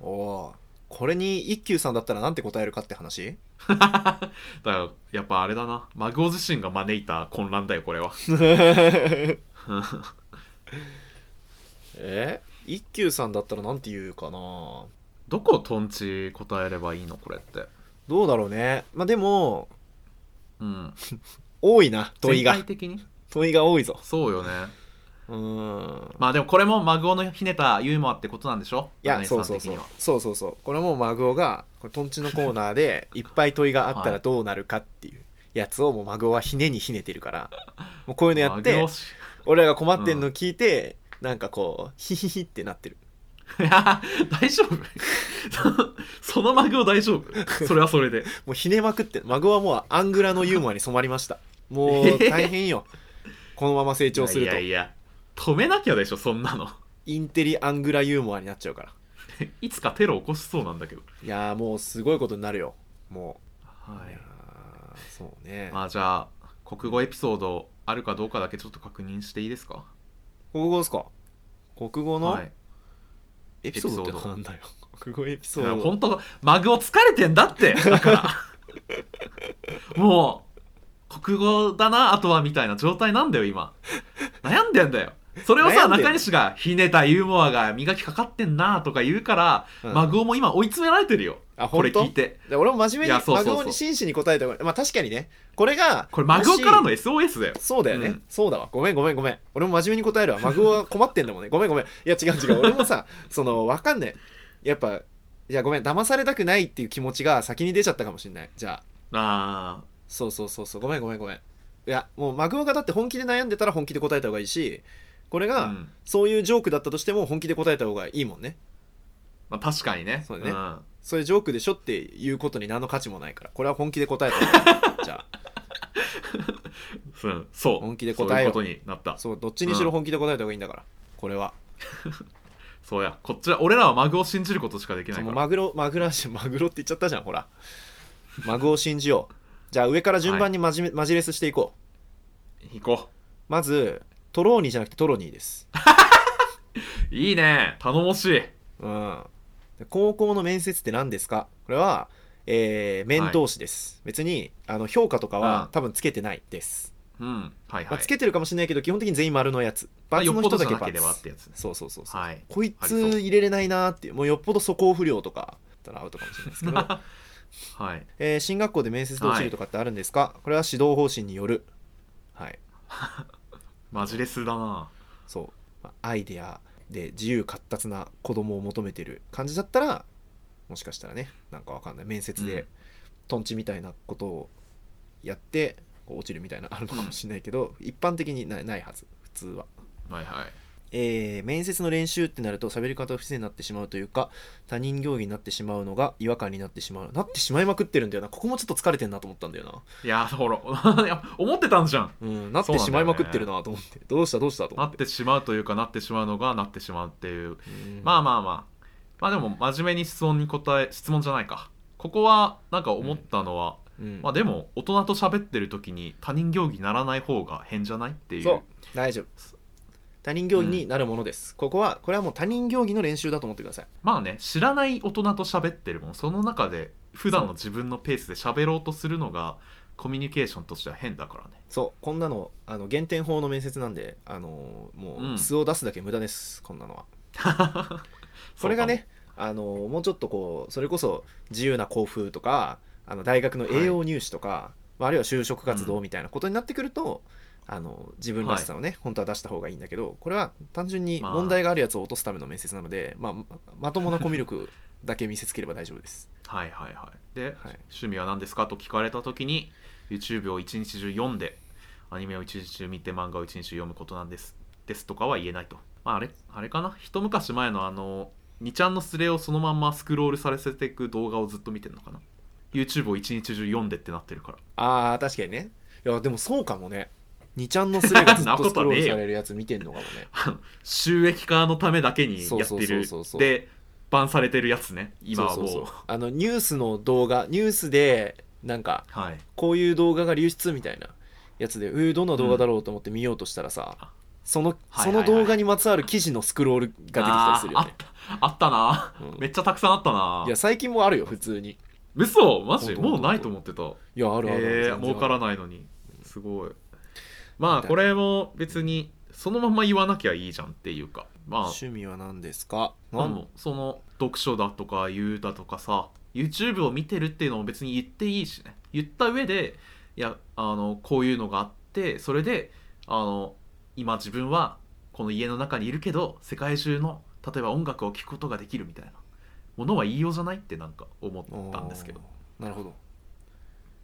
B: おおーこれに一休さんだったらなんて答えるかって 話
A: だからやっぱあれだなマグオ自身が招いた混乱だよこれは
B: え一休さんだったらなんて言うかな
A: どこをトンチ答えればいいのこれって
B: どうだろうねまあでも
A: うん
B: 多いな問いが
A: 全体的に
B: 問いが多いぞ
A: そうよね
B: うーん
A: まあでもこれもマグオのひねったユーモアってことなんでしょ
B: いや
A: 柳さ
B: そ
A: ん
B: うそう
A: 的
B: そう
A: には
B: そうそうそうこれもマグオがこれトンチのコーナーでいっぱい問いがあった
A: は
B: ら
A: い
B: どうなるかっていうやつをもうマグオはひねにひねてるからもうこういうのやっ
A: マグ
B: て
A: オし
B: 俺らが困ってんの聞いて、なんかこうヒヒヒってなってる
A: いや 大丈夫 そのマグオ大丈夫それはそれ で
B: もうひねまくってマグオはもうアングラのユーモアに染まりましたもう大 変よこのまま成長すると
A: いやいやいや止めなきゃでしょそんなの
B: インテリアングラユーモアになっちゃうから
A: いつかテロ起こしそうなんだけど、
B: いやーもうすごいことになるよもう、
A: はい
B: やーそうね、
A: まあじゃあ国語エピソードあるかどうかだけちょっと確認していいですか
B: 国語ですか国語の、
A: はい
B: エピソードってなん だよ。国語エピソード。
A: 本当マグオ疲れてんだってだからもう国語だなあとはみたいな状態なんだよ今悩んでんだよそれを
B: 悩
A: さ
B: んでんの
A: 中西がひねたユーモアが磨きかかってんなとか言うから、
B: うん
A: マグオも今追い詰められてるよ
B: あ
A: これ
B: 本当
A: 聞いて
B: で俺も真面目
A: い
B: に
A: やそうそうそう
B: マグオに真摯に答えた方がまあ確かにねこれが
A: これマグオからの
B: もし
A: SOS だよ
B: そうだよね、
A: うん
B: そうだわごめんごめんごめん俺も真面目に答えるわマグオは困ってんだもんねごめんごめんいや違う違う俺もさそのわかんないやっぱいやごめん騙されたくないっていう気持ちが先に出ちゃったかもしれないじゃあ
A: あ
B: そうそうそうそうごめんごめんごめんいやもうマグオがだって本気で悩んでたら本気で答えた方がいいしこれ
A: ー
B: が、
A: うん
B: そういうジョークだったとしても本気で答えた方がいいもんね
A: まあ、確かにね
B: そうだね
A: ん
B: それジョークでしょっていうことに何の価値もないからこれは本気で答えた方がい いじゃ
A: うんそう
B: 本気で答えよう
A: そういうことになった
B: あそうどっちにしろ本気で答えた方がいいんだからこれは
A: そうやこっちは俺らはマグオを信じることしかできな
B: そ
A: い
B: の
A: から
B: マグロマグロ マグロって言っちゃったじゃんほらマグを信じようじゃあ上から順番にマジ,、マジレスしていこう
A: 行こ
B: まずトローニーじゃなくてトロニーです
A: ういいね頼もしい
B: うんで高校の面接って何ですかこれはえー面通しです、別にあの評価とか
A: う
B: は
A: ん
B: 多分つけてないです、
A: うんはい
B: ま
A: は
B: あ
A: い
B: つけてるかもしれないけど基本的に全員丸のやつ
A: まあ
B: 罰の人だけ
A: よっぽどじゃなけれ
B: 罰
A: ばってやつね
B: そうそうそうそう
A: はい
B: こい
A: あり
B: つ
A: そう
B: 入れれないなーっていうもうよっぽど素行不良とかだったらアウトかもしれないですけど、
A: はい
B: えー進学校で面接で落ちるとかってあるんですか、これは指導方針によるはい
A: マジレスだな
B: そうまあアイデアで自由闊達な子供を求めてる感じだったらもしかしたらねなんかわかんない面接
A: う
B: で
A: ん
B: トンチみたいなことをやってこう落ちるみたいなのあるのかもしれないけど、一般的にないないはず普通は
A: はいはい
B: えー面接の練習ってなると喋り方不正になってしまうというか他人行儀になってしまうのが違和感になってしまうなってしまいまくってるんだよなここもちょっと疲れてんなと思ったんだよ
A: いやーほら いや思ってたんじゃん
B: なうんなっ
A: そう
B: て
A: なんだ
B: しま
A: よ
B: い
A: ね
B: まくってるなと思って、どうしたどうしたと思
A: な
B: っ、
A: っててしまうというかなってしまうのがなってしまうっていう
B: うん
A: まあまあまあまあでも真面目に質問に答え質問じゃないかここはなんか思ったのは、
B: うん
A: まあでも大人と喋ってる時に他人行儀ならない方が変じゃないっていう
B: そう大丈夫他人行儀になるものです、ここはこれはもう他人行儀の練習だと思ってください
A: まあね知らない大人と喋ってるもんその中で普段の自分のペースで喋ろうとするのがコミュニケーションとしては変だからね
B: そうこんなのあの減点法の面接なんで、あのーもう、
A: うん
B: 素を出すだけ無駄ですこんなのは
A: そ
B: そう
A: かも
B: れがねあのもうちょっとこうそれこそ自由な校風とかあの大学の栄養入試とか、まあ、あるいは就職活動みたいなことになってくると、あの自分らしさをね、本当は出した方がいいんだけどこれは単純に
A: まあ
B: 問題があるやつを落とすための面接なので、まあままともなコミュ力だけ見せつければ大丈夫です。
A: はいはいはいで、
B: はい
A: 趣味は何ですかと聞かれた時に YouTube を一日中読んでアニメを一日中見て漫画を一日中読むことなんですですとかは言えないと、まあ、あれあれかな一昔前のあの2ちゃんのスレをそのまんまスクロールされせていく動画をずっと見てるのかな YouTube を一日中読んでってなってるから
B: あー確かにねいやでもそうかもね2ちゃんのスレがず
A: そん
B: っ
A: なこと
B: と
A: は
B: スクロー
A: ねえ
B: ル
A: よ
B: されるやつ見てんのかもね
A: あの収益化のためだけに
B: そう
A: やっ
B: そ
A: て
B: うそう
A: る
B: そうそう
A: でバンされてるやつね今はもう
B: そうそうそうあのニュースの動画ニュースでなんか
A: はい
B: こういう動画が流出みたいなやつでうーどんな動画だろうと思って見ようとしたらさ、
A: あ
B: その
A: はいはい
B: そ
A: は
B: の
A: い
B: 動画にまつわる記事のスクロールが出てきたりするよね
A: あーあったあったな、
B: うん
A: めっちゃたくさんあったない
B: や最近もあるよ普通に
A: 嘘マジ
B: ほんとほん
A: も
B: と
A: うないと思ってた
B: いやあるあるある
A: え
B: 全然あ
A: ー、
B: る
A: 儲からないのにすごいまあ
B: だ
A: これも別にそのまま言わなきゃいいじゃんっていうかまあ
B: 趣味は何ですか
A: あ
B: なん
A: のその読書だとか言うだとかさ YouTube を見てるっていうのも別に言っていいしね言った上でいやあのこういうのがあってそれであの今自分はこの家の中にいるけど世界中の例えば音楽を聴くことができるみたいなものは言いようじゃないってなんか思ったんですけど、
B: おーなるほど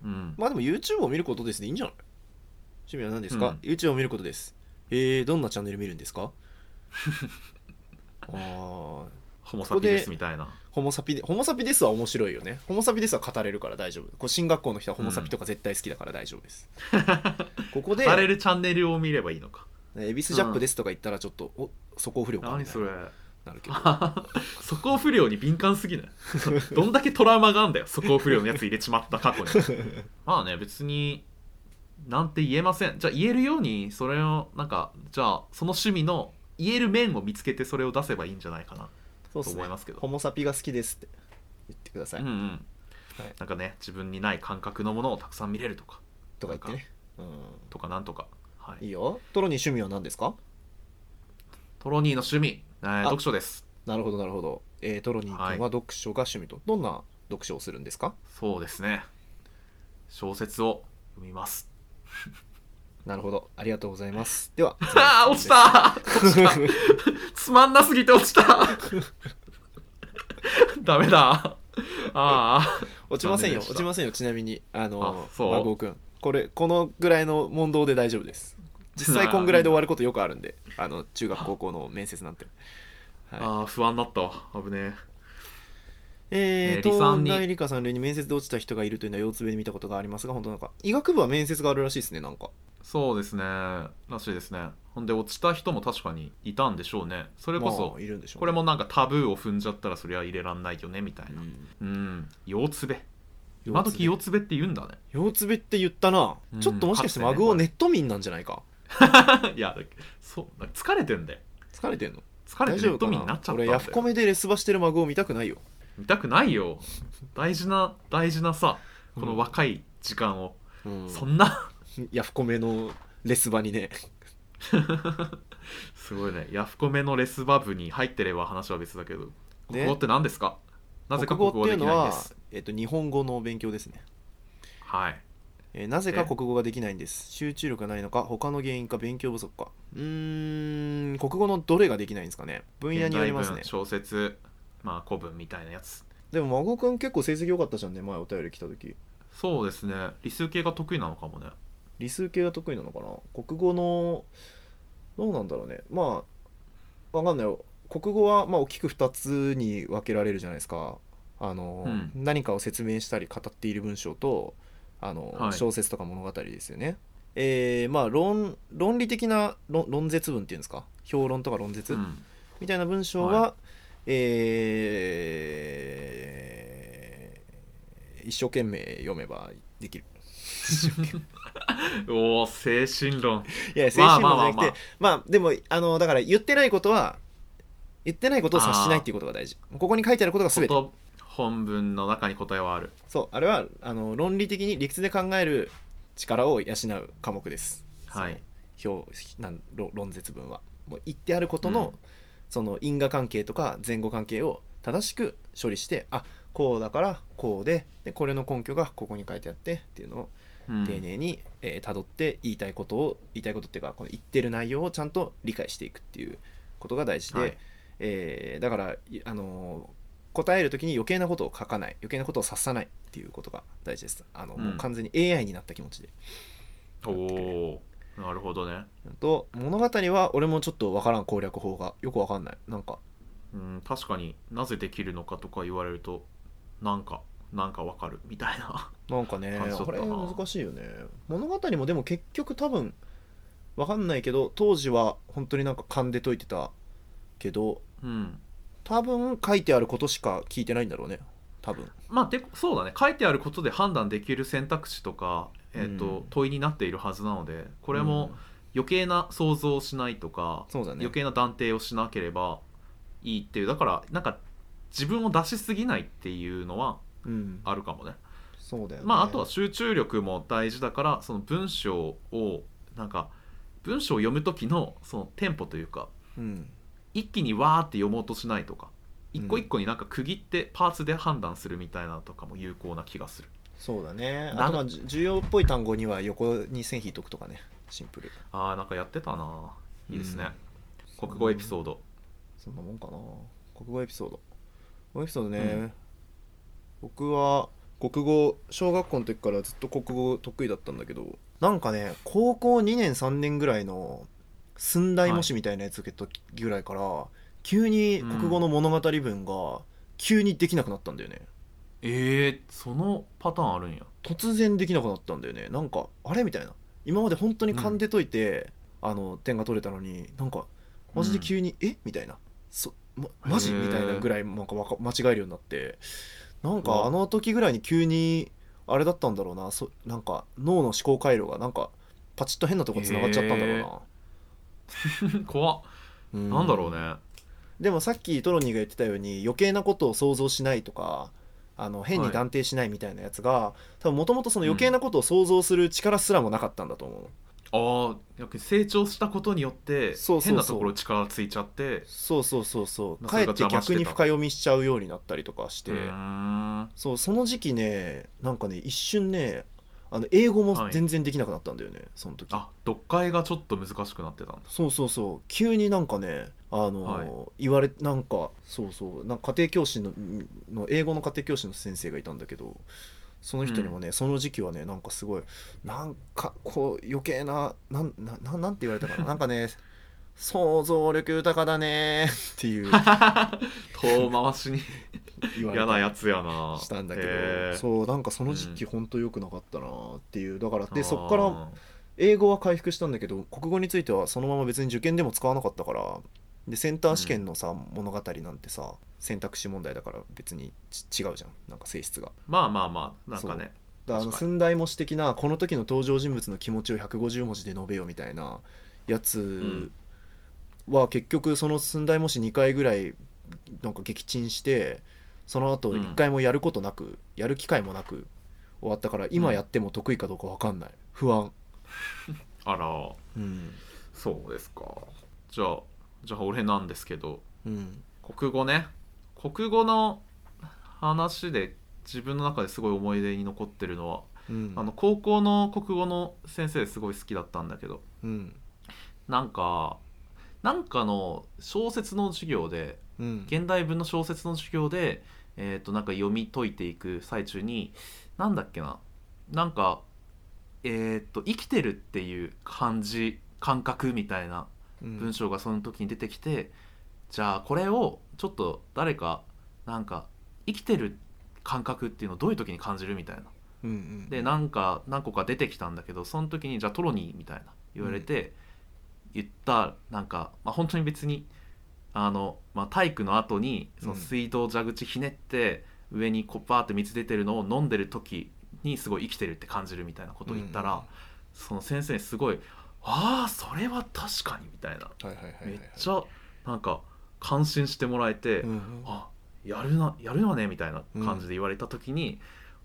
A: うん、
B: まあでも YouTube を見ることですでいいんじゃない趣味は何ですか、
A: うん
B: ?YouTube を見ることです。えー、どんなチャンネル見るんです かあー
A: ホモサピですみたいな
B: ホモサピで、ホモサピですは面白いよね。ホモサピですは語れるから大丈夫。こう進学校の人はホモサピとか絶対好きだから大丈夫です。ここで、
A: されるチャンネルを見ればいいのか
B: エビスジャップですとか言ったらちょっと、おそこ不良か
A: 何
B: みたい
A: そ
B: な
A: れ
B: なるけど。
A: そこ不良に敏感すぎない どんだけトラウマがあんだよそこ不良のやつ入れちまった過去 にまあね別になんて言えませんじゃあ言えるようにそれをなんかじゃあその趣味の言える面を見つけてそれを出せばいいんじゃないかな
B: そうっす
A: と思い
B: ね
A: ま。すけど
B: ホモサピが好きですって言ってください。
A: うんうん
B: はい
A: なんかね自分にない感覚のものをたくさん見れるとか
B: とか言ってね。う
A: とかなんとか、は
B: ん、
A: い、
B: いいよ。トロニー趣味は何ですか
A: トロニーの趣味、えー
B: あ
A: 読書です
B: なるほどなるほど、えートロニー君は
A: はい
B: 読書が趣味と、どんな読書をするんですか
A: そうですね小説を読みます
B: なるほどありがとうござ いますでは
A: あー落ちた落 ちたつまんなすぎて落ちた ダメだあ
B: 落ちませんよ
A: 残念でした
B: 落ちませんよちなみにあ
A: あ
B: の
A: そう
B: 孫君これこのぐらいの問答で大丈夫です実際こんぐらいで終わることよくあるんであの中学高校の面接なんて
A: ー、
B: はい
A: あー不安になったわ危ね
B: えー、
A: ね理さん
B: 東
A: に
B: 大理科さん類に面接で落ちた人がいるというのは腰痛部で見たことがありますが本当なんか医学部は面接があるらしいですねなんか
A: えそうですねらしいですねほんで落ちた人も確かにいたんでしょうねそれこそ、
B: まあいるんでしょうね、
A: これもなんかタブーを踏んじゃったらそりゃ入れらんないよねみたいな
B: うん
A: うん腰つべ
B: 部
A: 今時腰つべって言うん だね
B: 腰つべって言ったな、
A: うん
B: ちょっともしかして
A: かつてね
B: マグオネット民なんじゃないか
A: いやそう疲れてんだよ
B: 疲れてんの
A: 疲れ
B: 大
A: て
B: 丈
A: ネッ
B: 夫
A: ト
B: か
A: ミ
B: な
A: になっちゃったんだ
B: 俺
A: よ
B: ヤフコメでレスバしてるマグを見たくないよ
A: 見たくないよ大事な大事なさこの若い時間を、
B: うん
A: そんな
B: ヤフコメのレスバにね
A: すごいねヤフコメのレスバブに入ってれば話は別だけど国語って何ですか、なぜか国語
B: って
A: で
B: い
A: き
B: うの
A: ないん
B: は
A: です、
B: えっと日本語の勉強ですね、
A: はい
B: えーなぜか国語ができないんです集中力がないのか他の原因か勉強不足かうーん国語のどれができないんですかね分野によります
A: 現代
B: ね
A: 文小説まあ古文みたいなやつ
B: でも孫くん結構成績良かったじゃんね前お便り来た時
A: そうですね理数系が得意なのかもね
B: 理数系が得意なのかな国語のどうなんだろうねまあわかんないよ国語はまあ大きく2つに分けられるじゃないですかあの、
A: うん
B: 何かを説明したり語っている文章とあの、
A: はい
B: 小説とか物語ですよね。えーまあ論論理的な論論説文っていうんですか評論とか論説、
A: うん
B: みたいな文章は、
A: は
B: えー一生懸命読めばできる。
A: おお精神論
B: いや精神
A: まあ
B: 論
A: ま
B: じゃ
A: あ
B: なくてまあ
A: まあ
B: でもあのだから言ってないことは言ってないことを察しないっていうことが大事ここに書いてあることが全て
A: こと本文の中に答えはある
B: そうあれはあの論理的に理屈で考える力を養う科目です
A: はい
B: その表なん論論説文はもう言ってあることの、その因果関係とか前後関係を正しく処理してあこうだからこうででこれの根拠がここに書いてあってっていうのを
A: うん
B: 丁寧に、えー、辿って言いたいことを言いたいことっていうかこの言ってる内容をちゃんと理解していくっていうことが大事で、
A: はい
B: えーだから、いあのー答える時に余計なことを書かない余計なことを察さないっていうことが大事ですあの、もううん完全に AI になった気持ちで
A: おおーなるほどね
B: と物語は俺もちょっとわからん攻略法がよくわかんないなんか
A: うん、確かになぜできるのかとか言われるとなんかなんかわかるみたいな
B: なんかね
A: 感じだっ
B: あ
A: たな
B: れ難しいよね物語もでも結局多分わかんないけど当時は本当になんか勘で解いてたけど
A: うん
B: 多分書いてあることしか聞いてないんだろうね多分
A: まあでそうだね書いてあることで判断できる選択肢とか、えーと
B: うん
A: 問いになっているはずなのでこ
B: こ
A: れも余計な想像をしないとか、
B: そうだね
A: 余計な断定をしなければいいっていうだからなんか自分を出しすぎないっていうのは
B: うん
A: あるかもね
B: そうだよね
A: まああとは集中力も大事だからその文章をなんか文章を読む時のそのテンポというか
B: うん
A: 一気にわーって読もうとしないとか
B: うん
A: 一個一個になんか区切ってパーツで判断するみたいなのとかも有効な気がする
B: そうだね
A: な
B: あとまあじ重要っぽい単語には横に線引いとくとかねシンプル
A: あーなんかやってたないいですね、国語エピソード
B: そんなもんかな国語エピソード国語エピソードね、
A: うん
B: 僕は国語小学校の時からずっと国語得意だったんだけどなんかね高校2年3年ぐらいの寸大模試みたいなやつ受けた時ぐらいから、急に国語の物語文が急にできなくなったんだよね、
A: えー、そのパターンあるんや
B: 突然できなくなったんだよねなんかあれみたいな今まで本当に勘で解いて、あの点が取れたのになんかマジで急に「えみたいな「そま、マジ?」
A: へー
B: みたいなぐらいなんかわか間違えるようになってなん
A: う
B: か
A: わ
B: あの時ぐらいに急にあれだったんだろうなそなんか脳の思考回路がなんかパチッと変なとこつながっちゃったんだろうな、
A: 怖っ
B: うん
A: なんだろうね
B: でもさっきトロニーが言ってたように余計なことを想像しないとかあの変に断定しないみたいなやつが、多分もともとその余計なことを想像する力すらもなかったんだと思う、
A: ああ成長したことによって
B: そうそうそう
A: 変なところに力ついちゃって
B: そうそうそうそう
A: なんか
B: か
A: そ
B: えっ
A: れ
B: て
A: が
B: 逆に
A: 邪魔してた
B: 深読みしちゃうようになったりとかして、
A: うーん
B: そうその時期ねなんかね一瞬ねあの英語も
A: はい
B: 全然できなくなったんだよね、その時
A: あ読解がちょっと難しくなってたんだ
B: そうそうそう急になんかねあの、
A: はい
B: 言われなんかそうそうなんか家庭教師のの英語の家庭教師の先生がいたんだけどその人にもね、その時期はねなんかすごいなんかこう余計ななんななんなんて言われたか ななんかね想像力豊かだねっていう
A: 遠回しに
B: 言われ
A: 嫌
B: た
A: なやつやな
B: したんだけ
A: へー
B: どそうなんかその時期
A: う
B: ほんと良くなかったなっていうだから
A: あー
B: でそっから英語は回復したんだけど国語についてはそのまま別に受験でも使わなかったからでセンター試験のさ、物語なんてさ選択肢問題だから別にち違うじゃんなんか性質が
A: まあまあまあなんかね
B: だからあの
A: 確かに
B: 寸大模試的なこの時の登場人物の気持ちを150文字で述べよみたいなやつ
A: ん
B: は結局その寸大模試2回ぐらいなんか撃沈してその後
A: うん
B: 1回もやることなく、やる機会もなく終わったから今やっても得意かどうか分かんない不安
A: あら
B: うん
A: そうですかじゃあじゃあ俺なんですけど
B: うん
A: 国語ね国語の話で自分の中ですごい思い出に残ってるのは、
B: うん
A: あの高校の国語の先生すごい好きだったんだけど
B: うん
A: なんかなんかの小説の授業で
B: うん
A: 現代文の小説の授業で、えー、となんか読み解いていく最中になんだっけななんかえっ、と生きてるっていう感じ感覚みたいな文章がその時に出てきて、じゃあこれをちょっと誰かなんか生きてる感覚っていうのをどういう時に感じるみたいな
B: うんうん
A: でなんか何個か出てきたんだけどその時に「じゃあトロニー」みたいな言われて、言ったなんか、まあ、本当に別にあの、まあ、体育の後にその
B: うん
A: 水道蛇口ひねって、上にこうパーって水出てるのを飲んでる時にすごい生きてるって感じるみたいなことを言ったら、
B: うん
A: その先生にすごい「ああそれは確かに」みたいな
B: はいはいはいはい
A: めっちゃなんか感心してもらえて、
B: うんうん
A: あやるなやるよねみたいな感じで言われた時に、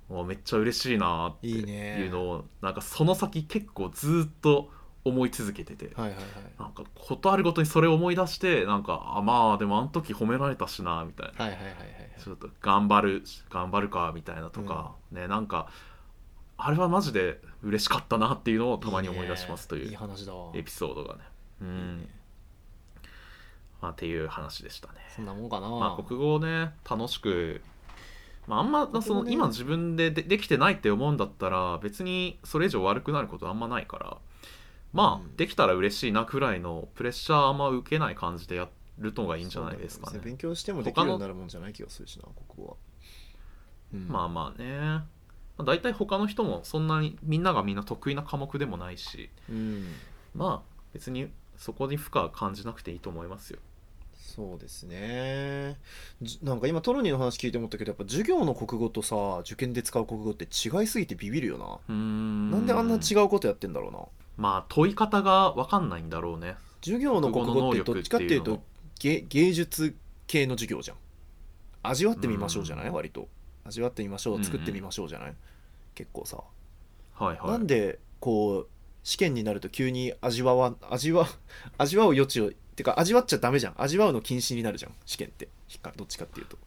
A: もうめっちゃ嬉しいなーって
B: いいね
A: いうのをなんかその先結構ずーっと思い続けてて、
B: はいはいはい
A: なんかことあるごとにそれを思い出してなんかあまあでもあの時褒められたしなみたいな、
B: はいはいはいはい
A: ちょっと頑張る頑張るかみたいなとか、ねなんかあれはマジで嬉しかったなっていうのをたまに思い出しますと
B: いいね
A: い
B: いう話だわ
A: エピソードがね。う
B: いい
A: ん
B: ね
A: まあ、っていう話でしたね。
B: そんなもんかな
A: まあ、国語をね楽しく、まあ、あんまそ
B: 国語
A: の
B: ね
A: 今自分ででできてないって思うんだったら別にそれ以上悪くなることあんまないからまあ、
B: うん
A: できたら嬉しいなくらいのプレッシャーあんま受けない感じでやるのがいいんじゃないですか
B: そうだよ
A: ね
B: 勉強してもできるようになるもんじゃない気がするしな国語は、うん
A: まあまあね、まあ、大体他の人もそんなにみんながみんな得意な科目でもないし
B: うん
A: まあ別にそこに負荷は感じなくていいと思いますよ
B: そうですねじなんか今トロニーの話聞いて思ったけどやっぱ授業の国語とさ受験で使う国語って違いすぎてビビるよ
A: う
B: な、
A: ん
B: なんであんな違うことやってんだろうな
A: まあ問い方が分かんないんだろうね
B: 授業の国語って
A: 国語の能力
B: どっちかってい
A: っ
B: う
A: ていうの
B: と
A: も
B: 芸芸術系の授業じゃん味わってみましょうじゃない、割と味わってみましょ
A: うんう
B: うん作ってみましょうじゃない、結構さ、
A: はいはい
B: なんでこう試験になると急に味わ わ味わ味わう余地をてか味わっちゃダメじゃん味わうの禁止になるじゃん試験ってひっかどっちかっていうと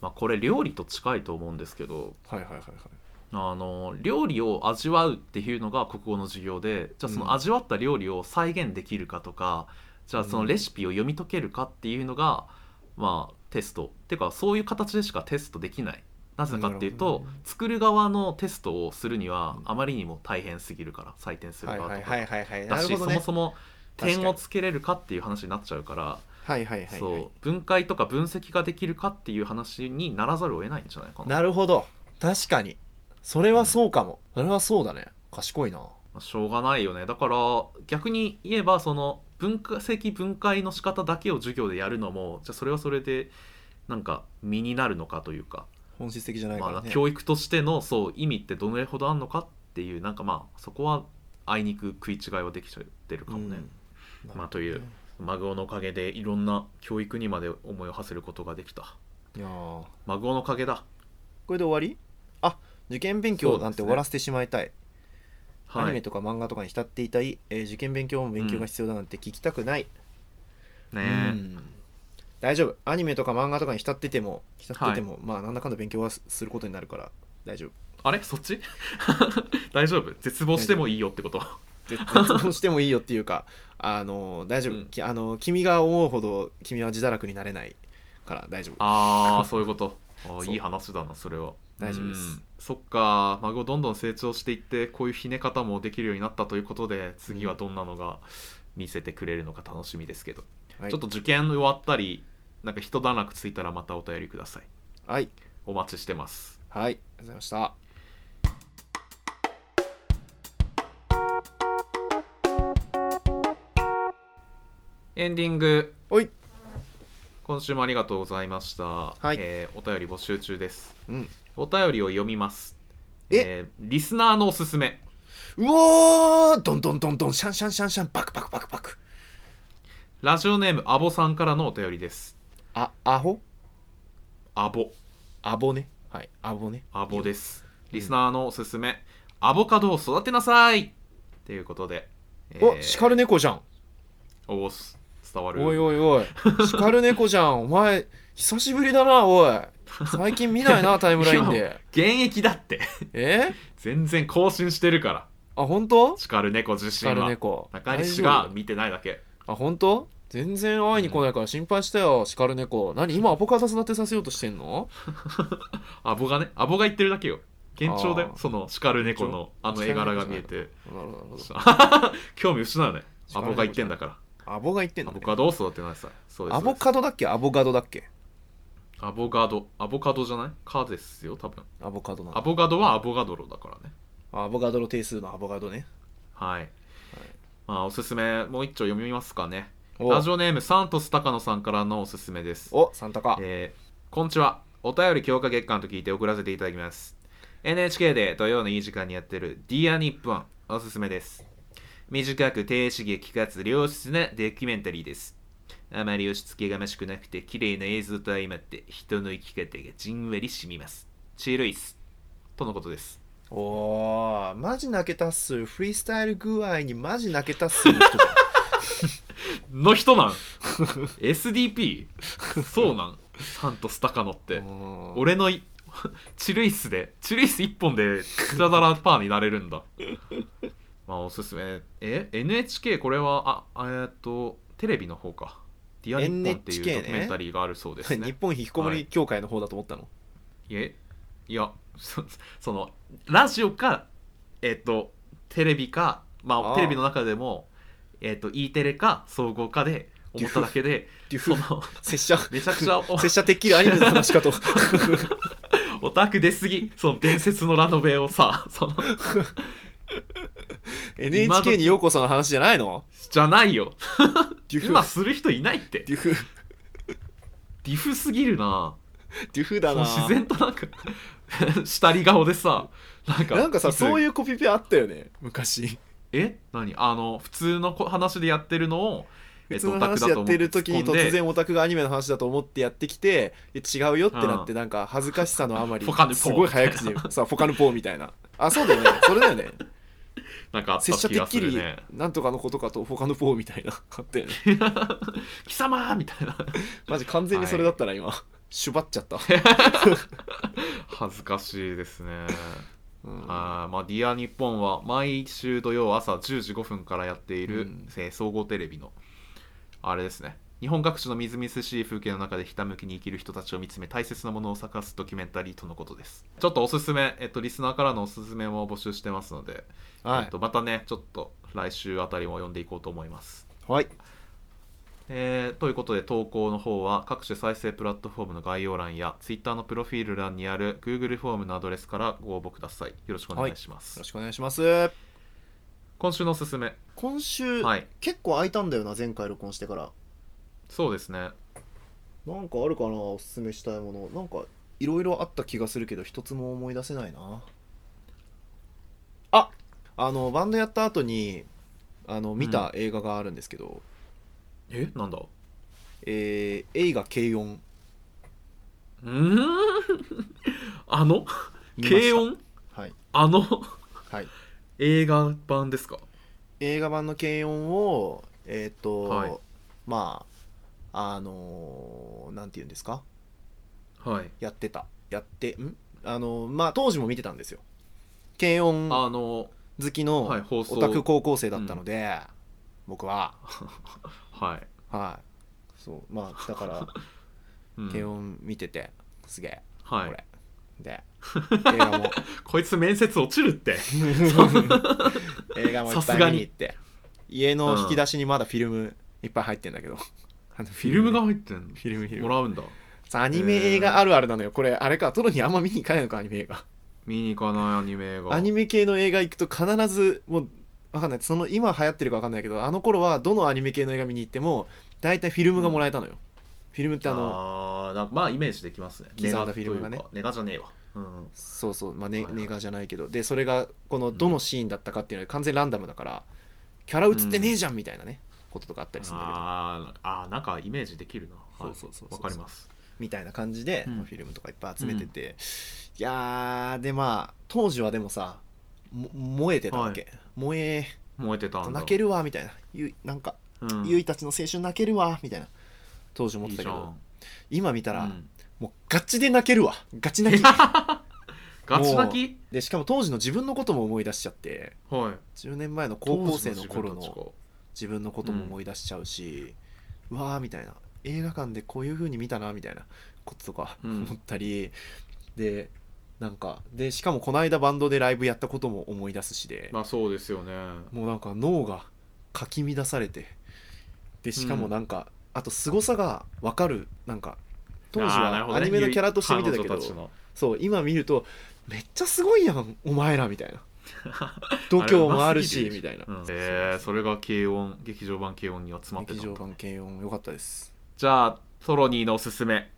A: まあ、これ料理と近いと思うんですけど
B: はいはいはいはい
A: あの料理を味わうっていうのが国語の授業でじゃあそ
B: うん
A: の味わった料理を再現できるかとか、じゃあそのレシピを読み解けるかっていうのが、まあテストっていうかそういう形でしかテストできないなぜかっていう
B: なるほ
A: と、
B: どね
A: 作る側のテストをするには
B: うん
A: あまりにも大変すぎるから採点する
B: はい
A: 側
B: は
A: と
B: い
A: か
B: はいはいはい
A: だ
B: なる
A: し、
B: ほ
A: そ
B: どね
A: もそも
B: 確かに
A: 点をつけれるかっていう話になっちゃうから
B: はいはいはいは
A: そう
B: い
A: 分解とか分析ができるかっていう話にならざるを得ないんじゃないかな。
B: なるほど確かにそれはそうかもそれはそうだね賢いな
A: まあしょうがないよねだから逆に言えばその分析分解の仕方だけを授業でやるのもじゃあそれはそれでなんか身になるのかというか、
B: 本質的じゃないから
A: まあ、
B: ね
A: 教育としてのそう意味ってどのほどあるのかっていうなんかまあそこはあいにく食い違いはできちゃってるかもね、
B: うん
A: まあというマグオのおかげでいろんな教育にまで思いを馳せることができた
B: いやー
A: マグオのおかげだ
B: これで終わりあ受験勉強なんて終わらせてしまいたい、ア
A: は
B: ニメ
A: い
B: とか漫画とかに浸っていたい、えー受験勉強も勉強が必要だなんて聞きたくない、
A: ね
B: う
A: え
B: ん大丈夫アニメとか漫画とかに浸ってても浸ってても、まあなんだかんだ勉強はすすることになるから大丈夫
A: あれそっち 大丈夫絶望してもいいよってこと
B: 絶絶望してもいいよっていうか あの大丈夫、
A: うん
B: きあの君が思うほど君は自堕落になれないから大丈夫
A: ああそういうことあ
B: そう
A: ーいい話だなそれは
B: 大丈夫です
A: うんそっか孫どんどん成長していってこういうひね方もできるようになったということで次はどんなのが見せてくれるのか楽しみですけど、
B: はい
A: ちょっと受験終わったりなんか一段落ついたらまたお便りください
B: はい
A: お待ちしてます
B: はいありがとうございました
A: エンディング
B: おい
A: 今週もありがとうございました、
B: い
A: えーお便り募集中です
B: うん
A: お便りを読みますえ
B: え
A: ーリスナーのおすすめ
B: うおーどんどんどんどんシャンシャンシャンシャンパクパクパクパク
A: ラジオネームアボさんからのお便りです
B: あアホ
A: アボ
B: アボねはいアボね
A: アボです。リスナーのおすすめ、アボカドを育てなさいということで。えー
B: お叱る猫じゃん
A: おす伝わる。
B: おいおいおい叱る猫じゃんお前久しぶりだなおい最近見 ないなタイムライン
A: い
B: で
A: 現役だって。
B: え
A: 全然更新してるから。
B: あ本当
A: 叱る猫自身
B: 叱る
A: は。
B: 猫
A: 中西
B: 大
A: が
B: 丈
A: 見てないだけ。
B: 夫あ本当全然会いに来ないから心配したよ叱る猫何今アボカド育てさせようとしてんの
A: アボがね、アボが言ってるだけよ。幻聴だよ
B: あ。ー
A: その叱る猫のあの絵柄が見えて。
B: なるほどなるほど
A: 興味失うね。
B: 叱
A: ア
B: る猫
A: ボが言ってんだから。
B: アボが言ってん
A: ア
B: の、ね
A: ボ、カドを育てなさい。そうです。
B: アボカドだっけアボガドだっけ
A: アボカド。アボカドじゃないカですよ、多分。
B: アボカドな
A: ア
B: の
A: ボカドはアボガドロだからね。
B: アボガドの定数のアボガドね
A: はい、まあおすすめもう一丁読みますかね
B: お
A: ラジオネームサントス高野さんからのおすすめです
B: おサンタか
A: えーこんにちはお便り強化月間と聞いて送らせていただきます NHK で土曜のいい時間にやってる「Dear 日本おすすめです短く低刺激かつ良質なドキュメンタリーですあまり押し付けがましくなくて綺麗な映像と相まって人の生き方がじんわりしみますチールイスとのことです
B: おーマジ泣けたっすフリースタイル具合にマジ泣けたっすの人だ
A: の人な ん SDP そうなんサントスタカノ って
B: うん
A: 俺のい チルイスでチルイス1本でクラダラパーになれるん だまあおすすめえ NHK これはあえーっとテレビの方か「ディア日本っていう
B: NHK ね
A: ドキュメンタリーがあるそうですね
B: 日本引きこもり協会の方だと思ったの、
A: いえいやそそのラジオかえっとテレビかまあ
B: ああ
A: テレビの中でもえっと E テレか総合かで思っただけで
B: デュ
A: そ
B: フ
A: の
B: 拙者
A: めちゃくちゃ お
B: 拙者てっきりアニメの話か と
A: オタク出すぎその伝説のラノベをさその
C: NHK にようこその話じゃないの
A: じゃないよ
C: デュフ
A: 今する人いないって
C: デュフ
A: ディフすぎるな
C: デュフだな
A: その自然となんか 下り顔でさなんか
C: なんかさそう
A: う
C: いうコピペあったよね昔
A: え何あの普通のこ話でやってるのを
C: 普
A: えっ
C: 通
A: と
C: の話やってる時に
A: オタクだと思っ
C: 突
A: て突っ込んで
C: 然オタクがアニメの話だと思ってやってき ていや違うよってなってなんか恥ずかしさのあまり
A: ポカヌポー
C: すごい早口で さポカヌポーみたいなあそうだよねそれだよね
A: なんかあっ
C: 拙者
A: た
C: て
A: 気
C: っ
A: がす
C: き
A: る
C: り
A: ね
C: なんとかのことかとポカヌポーみたいなあ ったよね
A: 貴様みたいな
C: マジ完全にそれだったな今しゅばっちゃった、
A: 恥ずかしいですね
C: うん
A: あーまあ、ディア日本は毎週土曜朝10時5分からやっている、
C: うん
A: えー総合テレビのあれですね日本各地のみずみずしい風景の中でひたむきに生きる人たちを見つめ大切なものを探すドキュメンタリーとのことですちょっとおすすめ、えっと、リスナーからのおすすめも募集してますので、
C: は
A: えっと、またねちょっと来週あたりも読んでいこうと思います
C: い、はい、
A: えーということで投稿の方は各種再生プラットフォームの概要欄や Twitter のプロフィール欄にある Google フォームのアドレスからご応募くださいよろしくお願いします、
C: よろしくお願いします
A: 今週のおすすめ
B: 今週、
A: はい
B: 結構空いたんだよな前回録音してから
A: そうですね
B: なんかあるかなおすすめしたいものなんかいろいろあった気がするけど一つも思い出せないな
C: あのバンドやった後にあの見た映画があるんですけど、
A: えなんだ
C: えー映画軽音
A: うーん あの
B: 見ました
A: 軽音
B: はい
A: あの
B: はい
A: 映画版ですか
B: 映画版の軽音をえっ、と、
A: はい
B: まああのーなんて言うんですか
A: はい
B: やってたやってんあのーまあ当時も見てたんですよ軽音
A: あの
B: 好きの
A: はい放送
B: オタク高校生だったので、僕は
A: はい、
B: はいそうまあだから
A: うん
B: 軽音見ててすげえ
A: は
B: これ
A: い
B: で映 画も
A: こいつ面接落ちるって
B: 映画もい
A: さ
B: っ
A: す
B: ぱ
A: が
B: い見
A: に
B: に行って家の引き出しにまだフィルムいっぱい入ってんだけどあの
A: フ
B: フ
A: ィルムが入ってん
B: フィルムフィル
A: のもら
B: ム
A: うんだ
B: さアニメ映画あるあるなのよこれあれかトロにあんま見に行かないのかアニメ映画
A: 見に行かないアニメ映画
B: アニメ系の映画行くと必ずもうわかんないその今流行ってるかわかんないけどあの頃はどのアニメ系の映画見に行っても大体フィルムがもらえたのよ、フィルムってあの
A: あーなんかまあイメージできますね
B: 刻んだフィルムがね
A: ネガというかネガじゃねえわ、うん、
B: そうそうまあね
A: はいはい
B: ネガじゃないけどでそれがこのどのシーンだったかっていうのは完全ランダムだからキャラ映ってねえじゃんみたいなね、こととかあったりするんだけど
A: あーあーなんかイメージできるなはい
B: そうそうそうそう
A: わかります
B: みたいな感じで、
A: うん
B: まあフィルムとかいっぱい集めてて、いやーでまあ当時はでもさも燃えてたわけ、燃え
A: 燃えてたんだ
B: 泣けるわみたいなゆなんか、
A: うん
B: ゆいたちの青春泣けるわみたいな当時思っ
A: いい
B: て
A: じ
B: たけ
A: ゃ
B: ど
A: ん
B: 今見たら、
A: うん
B: もうガチで泣けるわガチ泣き
A: ガチ泣
B: でしかも当時の自分のことも思い出しちゃって
A: きはい
B: 10年前の高校生の頃
A: 当時自分たち
B: の
A: か
B: 自分のことも思い出しちゃうし、うわーみたいな映画館でこういう風に見たなみたいなこととか
A: うん
B: 思ったり、でなんかでしかもこの間バンドでライブやったことも思い出すしで、
A: まあそうですよね
B: もうなんか脳がかき乱されてでしかもなんか、あと凄さが分かるなんか当時
A: あーなるほ
B: は
A: ど
B: ア
A: ね
B: ニメのキャラとして見てたけど
A: 彼女たちの
B: そう今見るとめっちゃすごいやんお前ら みたいな度胸もある
A: あれ
B: し
A: うますぎ
B: み
A: て
B: たいな、
A: うんえーそれが軽音劇場版軽音には詰まって
B: 劇
A: た
B: 場版軽音良かったです
A: じゃあトロニーのおすすめ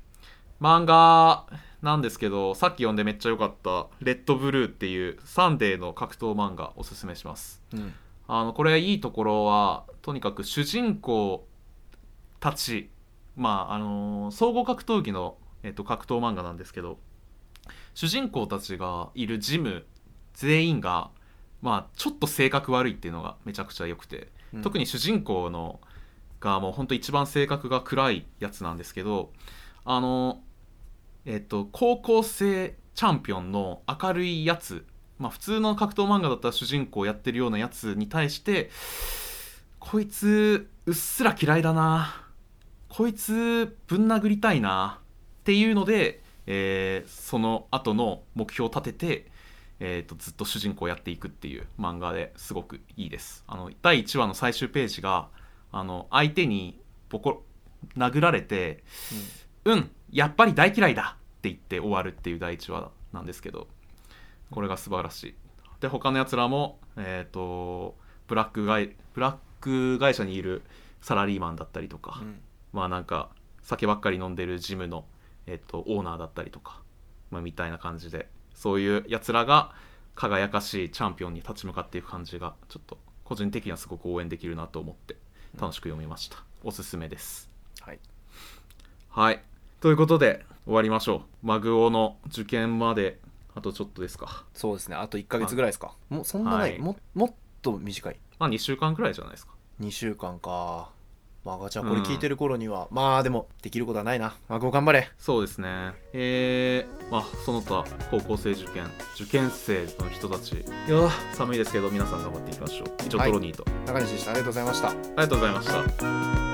A: 漫画なんですけどさっき読んでめっちゃ良かった「レッドブルー」っていうサンデーの格闘漫画おすすめします
B: うん
A: あのこれいいところはとにかく主人公たちまああの総合格闘技の、えっと、格闘漫画なんですけど主人公たちがいるジム全員が、まあ、ちょっと性格悪いっていうのがめちゃくちゃ良くて、
B: うん
A: 特に主人公のがもう本当一番性格が暗いやつなんですけどあのえっと高校生チャンピオンの明るいやつまあ普通の格闘漫画だったら主人公やってるようなやつに対してこいつうっすら嫌いだなこいつぶん殴りたいなっていうので、えーその後の目標を立てて、えー、とずっと主人公をやっていくっていう漫画ですごくいいですあの第1話の最終ページがあの相手にボコ殴られて「うん、やっぱり大嫌いだ!」って言って終わるっていう第1話なんですけどこれが素晴らしいで他のやつらもえっ、とブラック会ブラック会社にいるサラリーマンだったりとか、
B: うん
A: まあなんか酒ばっかり飲んでるジムの、えっと、オーナーだったりとか、まあ、みたいな感じでそういうやつらが輝かしいチャンピオンに立ち向かっていく感じがちょっと個人的にはすごく応援できるなと思って楽しく読みました、おすすめです
B: はい
A: はいということで終わりましょうマグオの受験まであとちょっとですか
B: そうですねあと1か月ぐらいですかもうそんなない、
A: はい
B: ももっと短い
A: まあ2週間くらいじゃないですか
B: 2週間かまあガチャこれ聞いてる頃には、まあでもできることはないなまあこう頑張れ
A: そうですね。えー、まあ、その他、高校生受験、受験生の人たち、いやー寒いですけど、皆さん頑張っていきましょう。以上、
B: はい
A: トロニーと、
B: 中西でしたありがとうございました
A: ありがとうございました。